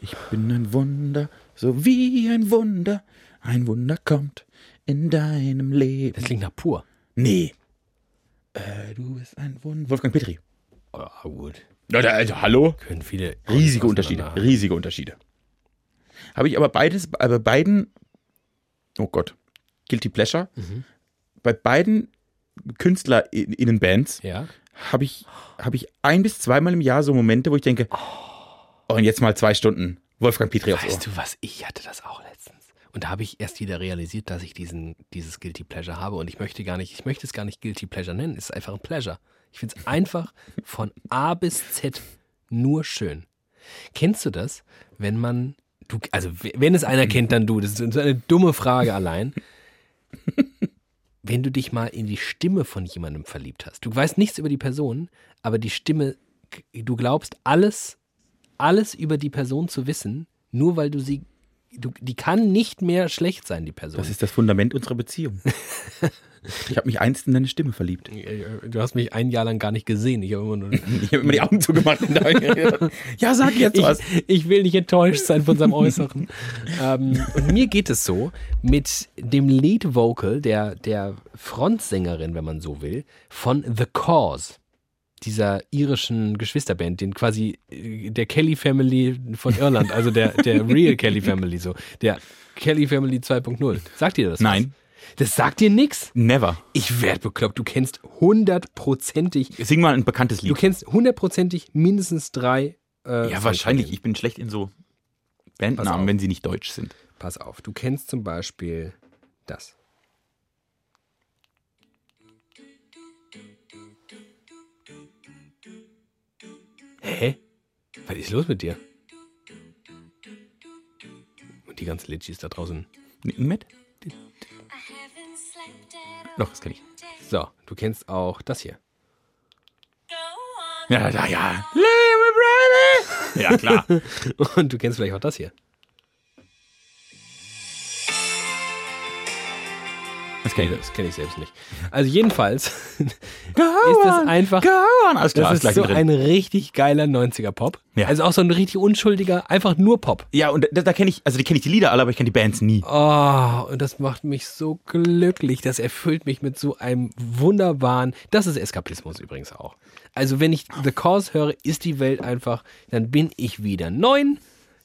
[SPEAKER 2] Ich bin ein Wunder, so wie ein Wunder. Ein Wunder kommt in deinem Leben.
[SPEAKER 1] Das klingt nach pur.
[SPEAKER 2] Nee. Äh, du bist ein Wunder. Wolfgang Petri.
[SPEAKER 1] Ah, gut.
[SPEAKER 2] Leute, also hallo?
[SPEAKER 1] Können viele.
[SPEAKER 2] Riesige Unterschiede. Riesige Unterschiede. Habe ich aber beides, aber beiden, oh Gott, Guilty Pleasure, bei beiden KünstlerInnen-Bands
[SPEAKER 1] Ja.
[SPEAKER 2] habe ich, hab ich ein bis zweimal im Jahr so Momente, wo ich denke, oh, und jetzt mal zwei Stunden Wolfgang Petri aufs Ohr.
[SPEAKER 1] Weißt du was? Ich hatte das auch letztens. Und da habe ich erst wieder realisiert, dass ich diesen, dieses Guilty Pleasure habe. Und ich möchte gar nicht, ich möchte es gar nicht Guilty Pleasure nennen. Es ist einfach ein Pleasure. Ich finde es einfach von A bis Z nur schön. Kennst du das, wenn man, du, also w- wenn es einer kennt, dann du. Das ist so eine dumme Frage allein. Wenn du dich mal in die Stimme von jemandem verliebt hast. Du weißt nichts über die Person, aber die Stimme, du glaubst alles, alles über die Person zu wissen, nur weil du sie, du, die kann nicht mehr schlecht sein, die Person.
[SPEAKER 2] Das ist das Fundament unserer (laughs) Beziehung. ich habe mich einst in deine Stimme verliebt.
[SPEAKER 1] äh, du hast mich ein Jahr lang gar nicht gesehen. Ich, hab immer nur, ich,
[SPEAKER 2] Ich habe immer die Augen zugemacht. Und dann- ja, sag jetzt was.
[SPEAKER 1] ich will nicht enttäuscht sein von seinem Äußeren. (laughs) ähm, und mir geht es so mit dem Lead Vocal der, der Frontsängerin, wenn man so will, von The Cause. dieser irischen Geschwisterband, den quasi äh, der Kelly Family von Irland, also der, der Real Kelly Family, so. Der Kelly Family 2.0. Sagt dir das? was?
[SPEAKER 2] Nein.
[SPEAKER 1] Das sagt dir nix?
[SPEAKER 2] Never.
[SPEAKER 1] Ich werd bekloppt. Du kennst hundertprozentig,
[SPEAKER 2] Sing mal ein bekanntes
[SPEAKER 1] du
[SPEAKER 2] Lied.
[SPEAKER 1] kennst hundertprozentig mindestens drei. äh,
[SPEAKER 2] Ja,
[SPEAKER 1] Songs
[SPEAKER 2] wahrscheinlich.
[SPEAKER 1] von denen.
[SPEAKER 2] Ich bin schlecht in so
[SPEAKER 1] Pass auf.
[SPEAKER 2] Bandnamen, wenn sie nicht deutsch sind.
[SPEAKER 1] Pass auf, du kennst zum Beispiel das. Hä? Was ist los mit dir? Und die ganzen Litschis da draußen.
[SPEAKER 2] Nicken mit?
[SPEAKER 1] Noch, das kenn ich. So, du kennst auch das hier. (laughs)
[SPEAKER 2] Ja, ja, (laughs) ja. Leave me, brother. Ja, klar.
[SPEAKER 1] Und du kennst vielleicht auch das hier.
[SPEAKER 2] Das kenne ich.
[SPEAKER 1] Das kenne ich selbst nicht. Also
[SPEAKER 2] (laughs)
[SPEAKER 1] jedenfalls (laughs) ist das einfach
[SPEAKER 2] Go on. Alles klar,
[SPEAKER 1] Das
[SPEAKER 2] ist
[SPEAKER 1] ist
[SPEAKER 2] gleich
[SPEAKER 1] so
[SPEAKER 2] drin.
[SPEAKER 1] ein richtig geiler 90er Pop.
[SPEAKER 2] Ja.
[SPEAKER 1] Also auch so ein richtig unschuldiger, einfach nur Pop.
[SPEAKER 2] Ja, und da, da kenne ich, also die kenne ich die Lieder alle, aber ich kenne die Bands nie.
[SPEAKER 1] Oh, und das macht mich so glücklich. Das erfüllt mich mit so einem wunderbaren. Das ist Eskapismus übrigens auch. Also, wenn ich The Cause höre, ist die Welt einfach, dann bin ich wieder neun.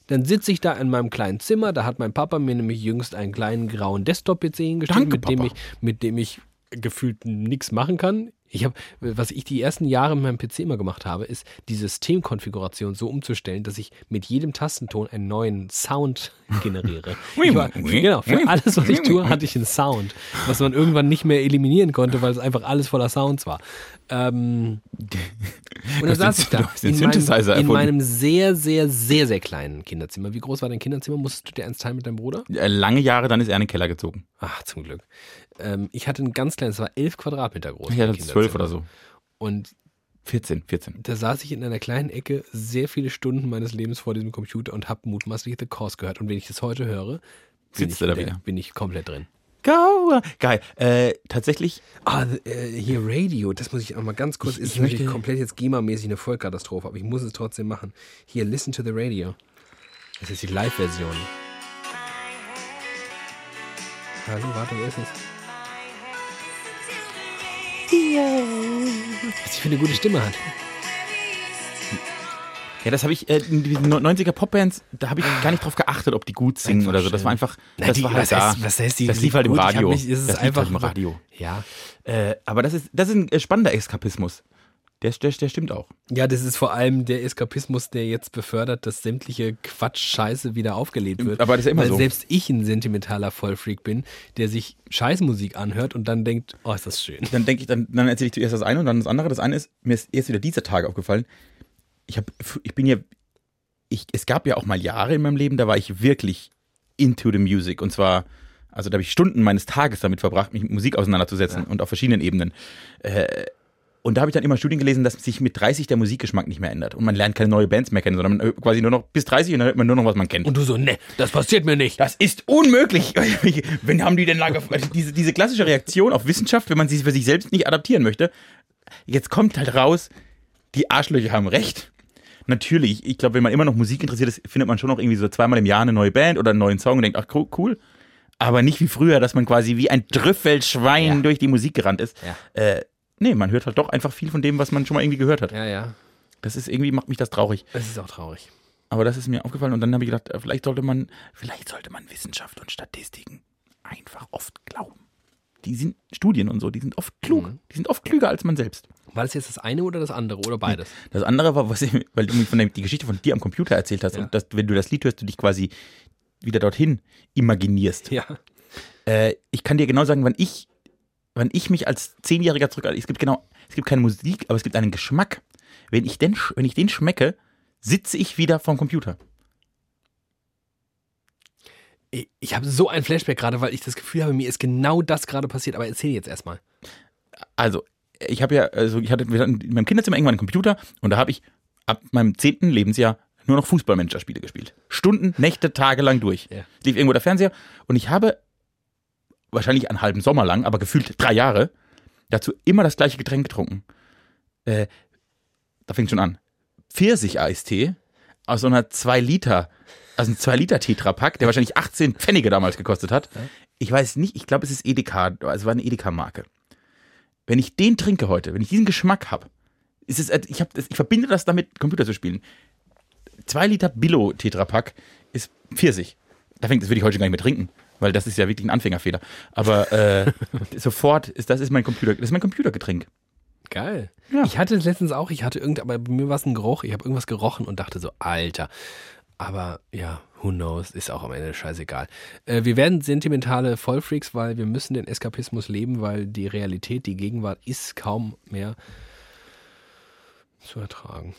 [SPEAKER 1] Dann sitze ich da in meinem kleinen Zimmer. Da hat mein Papa mir nämlich jüngst einen kleinen grauen Desktop-PC hingestellt,
[SPEAKER 2] Danke,
[SPEAKER 1] mit dem,
[SPEAKER 2] Papa.
[SPEAKER 1] ich, mit dem ich gefühlt nichts machen kann. Ich habe, was ich die ersten Jahre mit meinem PC immer gemacht habe, ist die Systemkonfiguration so umzustellen, dass ich mit jedem Tastenton einen neuen Sound
[SPEAKER 2] (laughs)
[SPEAKER 1] generiere. (laughs) Ich war, genau, für alles, was ich tue, hatte ich einen Sound, was man irgendwann nicht mehr eliminieren konnte, weil es einfach alles voller Sounds war. Ähm, und dann
[SPEAKER 2] hast den-
[SPEAKER 1] saß ich
[SPEAKER 2] du
[SPEAKER 1] da
[SPEAKER 2] hast den
[SPEAKER 1] in meinem,
[SPEAKER 2] Synthesizer
[SPEAKER 1] in
[SPEAKER 2] erfunden.
[SPEAKER 1] meinem sehr, sehr, sehr, sehr kleinen Kinderzimmer. Wie groß war dein Kinderzimmer? Musstest du dir eins teilen mit deinem Bruder?
[SPEAKER 2] Äh, Lange Jahre, dann ist er in den Keller gezogen.
[SPEAKER 1] Ach, zum Glück. Ähm, ich hatte ein ganz kleines, es war elf Quadratmeter groß.
[SPEAKER 2] Ich
[SPEAKER 1] mein
[SPEAKER 2] hatte zwölf
[SPEAKER 1] Kinderzimmer.
[SPEAKER 2] oder so.
[SPEAKER 1] Und
[SPEAKER 2] 14, 14.
[SPEAKER 1] da saß ich in einer kleinen Ecke sehr viele Stunden meines Lebens vor diesem Computer und habe mutmaßlich The Course gehört. Und wenn ich das heute höre, bin,
[SPEAKER 2] Sitzt
[SPEAKER 1] ich,
[SPEAKER 2] du da
[SPEAKER 1] bin-
[SPEAKER 2] wieder?
[SPEAKER 1] bin ich komplett drin.
[SPEAKER 2] Go! Geil. Äh, tatsächlich,
[SPEAKER 1] Ah, äh, hier Radio, das muss ich auch mal ganz kurz.
[SPEAKER 2] Ich-
[SPEAKER 1] ist
[SPEAKER 2] ich
[SPEAKER 1] natürlich
[SPEAKER 2] möchte-
[SPEAKER 1] komplett jetzt GEMA-mäßig eine Vollkatastrophe, aber ich muss es trotzdem machen. Hier, Listen to the Radio. Das ist die Live-Version. Hallo, warte, wo ist es? Was sie für eine gute Stimme hat.
[SPEAKER 2] ja, das habe ich, äh, in diesen 90er Popbands, da habe ich gar nicht drauf geachtet, ob die gut singen
[SPEAKER 1] Einfach
[SPEAKER 2] oder so.
[SPEAKER 1] schön.
[SPEAKER 2] Das war einfach,
[SPEAKER 1] Na,
[SPEAKER 2] das
[SPEAKER 1] die-
[SPEAKER 2] war halt
[SPEAKER 1] was
[SPEAKER 2] da.
[SPEAKER 1] heißt- was heißt, die
[SPEAKER 2] das
[SPEAKER 1] lief
[SPEAKER 2] lief halt im
[SPEAKER 1] gut? Ich hab
[SPEAKER 2] Radio.
[SPEAKER 1] mich- es ist
[SPEAKER 2] das lief
[SPEAKER 1] einfach
[SPEAKER 2] halt im
[SPEAKER 1] so-
[SPEAKER 2] Radio.
[SPEAKER 1] Ja.
[SPEAKER 2] Äh, aber das ist, das ist ein äh, spannender Eskapismus. Der, der, der stimmt auch.
[SPEAKER 1] Ja, das ist vor allem der Eskapismus, der jetzt befördert, dass sämtliche Quatsch-Scheiße wieder aufgelebt wird.
[SPEAKER 2] Aber das ist ja immer
[SPEAKER 1] Weil
[SPEAKER 2] so.
[SPEAKER 1] selbst ich ein sentimentaler Vollfreak bin, der sich Scheißmusik anhört und dann denkt, oh, ist das schön.
[SPEAKER 2] Dann denke ich, dann, dann erzähle ich zuerst das eine und dann das andere. Das eine ist, mir ist erst wieder dieser Tage aufgefallen. Ich, hab, ich bin ja ich, es gab ja auch mal Jahre in meinem Leben, da war ich wirklich into the music. Und zwar, also da habe ich Stunden meines Tages damit verbracht, mich mit Musik auseinanderzusetzen und auf verschiedenen Ebenen. Äh, und da habe ich dann immer Studien gelesen, dass sich mit 30 der Musikgeschmack nicht mehr ändert. Und man lernt keine neue Bands mehr kennen, sondern man äh, quasi nur noch bis 30 und dann hört man nur noch, was man kennt.
[SPEAKER 1] Und du so, ne, das passiert mir nicht.
[SPEAKER 2] Das ist unmöglich. (laughs) Wen haben die denn lange? Diese, diese klassische Reaktion auf Wissenschaft, wenn man sie für sich selbst nicht adaptieren möchte. Jetzt kommt halt raus, die Arschlöcher haben recht. Natürlich, ich glaube, wenn man immer noch Musik interessiert ist, findet man schon noch irgendwie so zweimal im Jahr eine neue Band oder einen neuen Song und denkt, ach co- cool. Aber nicht wie früher, dass man quasi wie ein Trüffelschwein
[SPEAKER 1] Ja.
[SPEAKER 2] durch die Musik gerannt ist.
[SPEAKER 1] Ja.
[SPEAKER 2] Äh, nee, man hört halt doch einfach viel von dem, was man schon mal irgendwie gehört hat.
[SPEAKER 1] Ja, ja.
[SPEAKER 2] Das ist irgendwie, macht mich das traurig.
[SPEAKER 1] Das ist auch traurig.
[SPEAKER 2] Aber das ist mir aufgefallen und dann habe ich gedacht, äh, vielleicht sollte man, vielleicht sollte man Wissenschaft und Statistiken einfach oft glauben. Die sind Studien und so, die sind oft klug.
[SPEAKER 1] Mhm.
[SPEAKER 2] Die sind oft klüger als man selbst.
[SPEAKER 1] War das jetzt das eine oder das andere oder
[SPEAKER 2] (laughs)
[SPEAKER 1] beides?
[SPEAKER 2] Das andere war, was ich, weil du mir von der, die Geschichte von dir am Computer erzählt hast
[SPEAKER 1] Ja.
[SPEAKER 2] und dass, wenn du das Lied hörst, du dich quasi wieder dorthin imaginierst.
[SPEAKER 1] Ja.
[SPEAKER 2] Äh, ich kann dir genau sagen, wann ich, wann ich mich als Zehnjähriger zurück. Es gibt genau, es gibt keine Musik, aber es gibt einen Geschmack. Wenn ich den, sch- wenn ich den schmecke, sitze ich wieder vorm Computer.
[SPEAKER 1] Ich, ich habe so ein Flashback gerade, weil ich das Gefühl habe, mir ist genau das gerade passiert. Aber erzähl jetzt erstmal.
[SPEAKER 2] Also, ich habe ja, also ich hatte wir hatten in meinem Kinderzimmer irgendwann einen Computer und da habe ich ab meinem zehnten Lebensjahr nur noch Fußballmanager-Spiele gespielt. Stunden, Nächte, Tage lang durch.
[SPEAKER 1] Ja.
[SPEAKER 2] Es Lief irgendwo der Fernseher und ich habe wahrscheinlich einen halben Sommer lang, aber gefühlt drei Jahre, dazu immer das gleiche Getränk getrunken. Äh, da fängt schon an. Pfirsich-Eistee aus so einer 2 Liter, aus einem 2 Liter Tetrapack, der wahrscheinlich 18 Pfennige damals gekostet hat. Ich weiß nicht, ich glaube, es ist Edeka, also war eine Edeka-Marke. Wenn ich den trinke heute, wenn ich diesen Geschmack habe, ist es, äh, ich, hab, das- ich verbinde das damit, Computer zu spielen. 2 Liter Billo Tetrapack ist Pfirsich. Da fängt, das würde ich heute schon gar nicht mehr trinken, weil das ist ja wirklich ein Anfängerfehler. Aber äh, (laughs) sofort ist das ist mein Computer, das ist mein Computergetränk.
[SPEAKER 1] Geil.
[SPEAKER 2] Ja.
[SPEAKER 1] Ich hatte es letztens auch, ich hatte irgend, aber bei mir war es ein Geruch, ich habe irgendwas gerochen und dachte so, Alter. Aber ja, who knows, ist auch am Ende scheißegal. Äh, wir werden sentimentale Vollfreaks, weil wir müssen den Eskapismus leben, weil die Realität, die Gegenwart ist kaum mehr zu ertragen.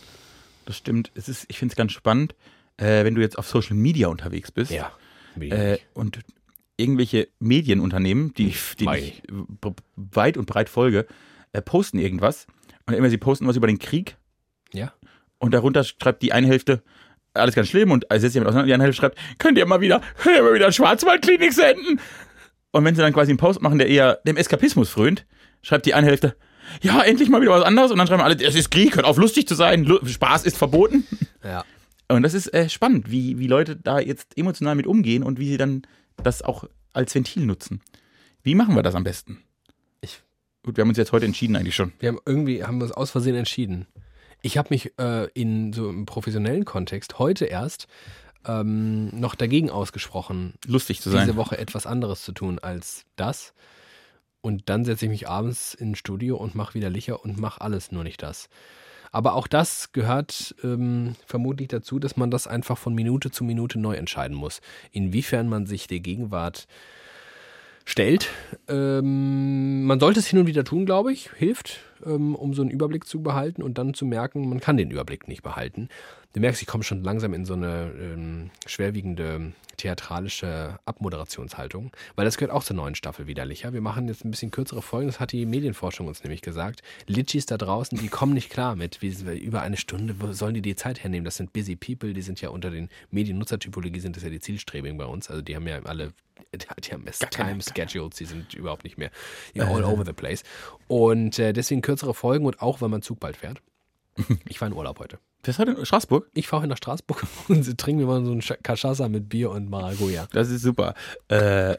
[SPEAKER 2] Das stimmt. Es ist, ich finde es ganz spannend, äh, wenn du jetzt auf Social Media unterwegs bist äh, und irgendwelche Medienunternehmen, die ich, die
[SPEAKER 1] Mei.
[SPEAKER 2] ich äh, b- weit und breit folge, äh, posten irgendwas. Und immer sie posten was über den Krieg
[SPEAKER 1] ja.
[SPEAKER 2] und darunter schreibt die eine Hälfte alles ganz schlimm und setzt sich damit auseinander. Die andere Hälfte schreibt, könnt ihr mal wieder, könnt ihr mal wieder Schwarzwaldklinik senden? Und wenn sie dann quasi einen Post machen, der eher dem Eskapismus frönt, schreibt die eine Hälfte, ja, endlich mal wieder was anderes. Und dann schreiben alle, es ist Krieg, hört auf lustig zu sein, Lu- Spaß ist verboten.
[SPEAKER 1] Ja.
[SPEAKER 2] Und das ist äh, spannend, wie, wie Leute da jetzt emotional mit umgehen und wie sie dann das auch als Ventil nutzen. Wie machen wir das am besten?
[SPEAKER 1] Ich-
[SPEAKER 2] Gut, wir haben uns jetzt heute entschieden eigentlich schon.
[SPEAKER 1] Wir haben irgendwie haben wir uns aus Versehen entschieden. Ich habe mich äh, in so einem professionellen Kontext heute erst ähm, noch dagegen ausgesprochen,
[SPEAKER 2] Lustig zu
[SPEAKER 1] diese
[SPEAKER 2] sein.
[SPEAKER 1] Woche etwas anderes zu tun als das. Und dann setze ich mich abends ins Studio und mache wieder Licher und mache alles, nur nicht das. Aber auch das gehört ähm, vermutlich dazu, dass man das einfach von Minute zu Minute neu entscheiden muss. Inwiefern man sich der Gegenwart stellt. Ähm, man sollte es hin und wieder tun, glaube ich. Hilft, ähm, um so einen Überblick zu behalten und dann zu merken, man kann den Überblick nicht behalten. Du merkst, ich komme schon langsam in so eine ähm, schwerwiegende theatralische Abmoderationshaltung, weil das gehört auch zur neuen Staffel widerlicher. Wir machen jetzt ein bisschen kürzere Folgen, das hat die Medienforschung uns nämlich gesagt. Litschis da draußen, die kommen nicht klar mit. Wie, über eine Stunde, wo sollen die die Zeit hernehmen? Das sind busy people, die sind ja unter den Mediennutzertypologie sind das ja die Zielstrebigen bei uns. Also die haben ja alle, die haben best time schedules, die sind überhaupt nicht mehr ja, all over the place. Und äh, deswegen kürzere Folgen und auch, weil man Zug bald fährt. Ich war in Urlaub heute.
[SPEAKER 2] Das heute in Straßburg?
[SPEAKER 1] Ich fahre nach Straßburg (laughs) und trinken wir mal so einen Cachaça mit Bier und Maracuja.
[SPEAKER 2] Das ist super. Äh,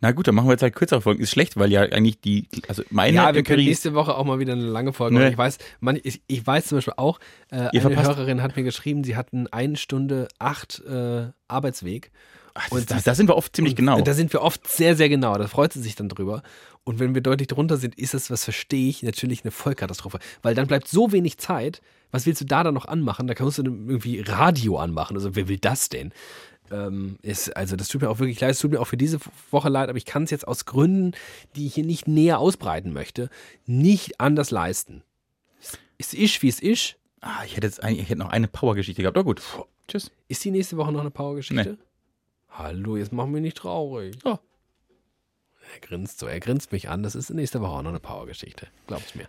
[SPEAKER 2] na gut, dann machen wir jetzt halt kürzere Folgen. Ist schlecht, weil ja eigentlich die, also meine
[SPEAKER 1] Ja, wir können
[SPEAKER 2] Empirie-
[SPEAKER 1] nächste Woche auch mal wieder eine lange Folge
[SPEAKER 2] Nee.
[SPEAKER 1] machen. Ich weiß, man, ich, ich weiß zum Beispiel auch, äh, eine
[SPEAKER 2] verpasst-
[SPEAKER 1] Hörerin hat mir geschrieben, sie hatten eine Stunde acht äh, Arbeitsweg.
[SPEAKER 2] Ach, das,
[SPEAKER 1] Und
[SPEAKER 2] das, da sind wir oft ziemlich genau.
[SPEAKER 1] Da sind wir oft sehr, sehr genau. Da freut sie sich dann drüber. Und wenn wir deutlich drunter sind, ist das, was verstehe ich, natürlich eine Vollkatastrophe. Weil dann bleibt so wenig Zeit. Was willst du da dann noch anmachen? Da kannst du dann irgendwie Radio anmachen. Also, wer will das denn? Ähm, ist, also, das tut mir auch wirklich leid. Es tut mir auch für diese Woche leid, aber ich kann es jetzt aus Gründen, die ich hier nicht näher ausbreiten möchte, nicht anders leisten. Es ist, wie es ist.
[SPEAKER 2] ah, ich hätte jetzt eigentlich, ich hätte noch eine Power-Geschichte gehabt. Oh gut. Tschüss.
[SPEAKER 1] Ist die nächste Woche noch eine Powergeschichte?
[SPEAKER 2] Nee.
[SPEAKER 1] Hallo, jetzt machen wir nicht traurig.
[SPEAKER 2] Ja.
[SPEAKER 1] Er grinst so, er grinst mich an. Das ist nächste Woche auch noch eine Powergeschichte. Glaubt's mir.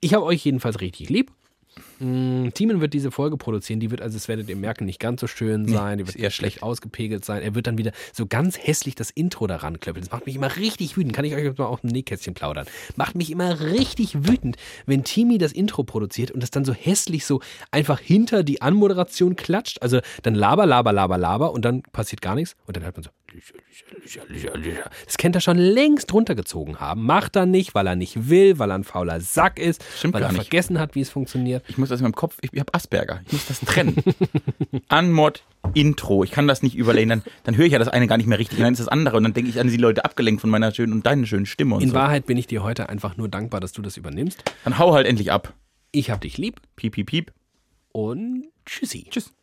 [SPEAKER 1] Ich habe euch jedenfalls richtig lieb. Mm, Timon wird diese Folge produzieren. Die wird also, das werdet ihr merken, nicht ganz so schön sein. Die wird
[SPEAKER 2] ist eher
[SPEAKER 1] eher schlecht ausgepegelt sein. Er wird dann wieder so ganz hässlich das Intro daran klöppeln. Das macht mich immer richtig wütend. Kann ich euch jetzt mal auf dem Nähkästchen plaudern? Macht mich immer richtig wütend, wenn Timi das Intro produziert und das dann so hässlich so einfach hinter die Anmoderation klatscht. Also dann laber, laber, laber, laber und dann passiert gar nichts. Und dann hört man so. Lüscher, Lüscher, Lüscher, Lüscher. Das könnte er schon längst runtergezogen haben. Macht er nicht, weil er nicht will, weil er ein fauler Sack ist,
[SPEAKER 2] Stimmt
[SPEAKER 1] weil er
[SPEAKER 2] gar nicht.
[SPEAKER 1] vergessen hat, wie es funktioniert.
[SPEAKER 2] Ich muss das in meinem Kopf, ich, ich habe Asperger. Ich muss
[SPEAKER 1] (laughs)
[SPEAKER 2] das trennen. Anmod, Intro. Ich kann das nicht überlegen. Dann, dann höre ich ja das eine gar nicht mehr richtig. Dann ist das andere. Und dann denke ich an die Leute abgelenkt von meiner schönen und deiner schönen Stimme und
[SPEAKER 1] In
[SPEAKER 2] so.
[SPEAKER 1] Wahrheit bin ich dir heute einfach nur dankbar, dass du das übernimmst.
[SPEAKER 2] Dann hau halt endlich ab.
[SPEAKER 1] Ich hab dich lieb
[SPEAKER 2] Piep, piep, piep.
[SPEAKER 1] und tschüssi.
[SPEAKER 2] Tschüss.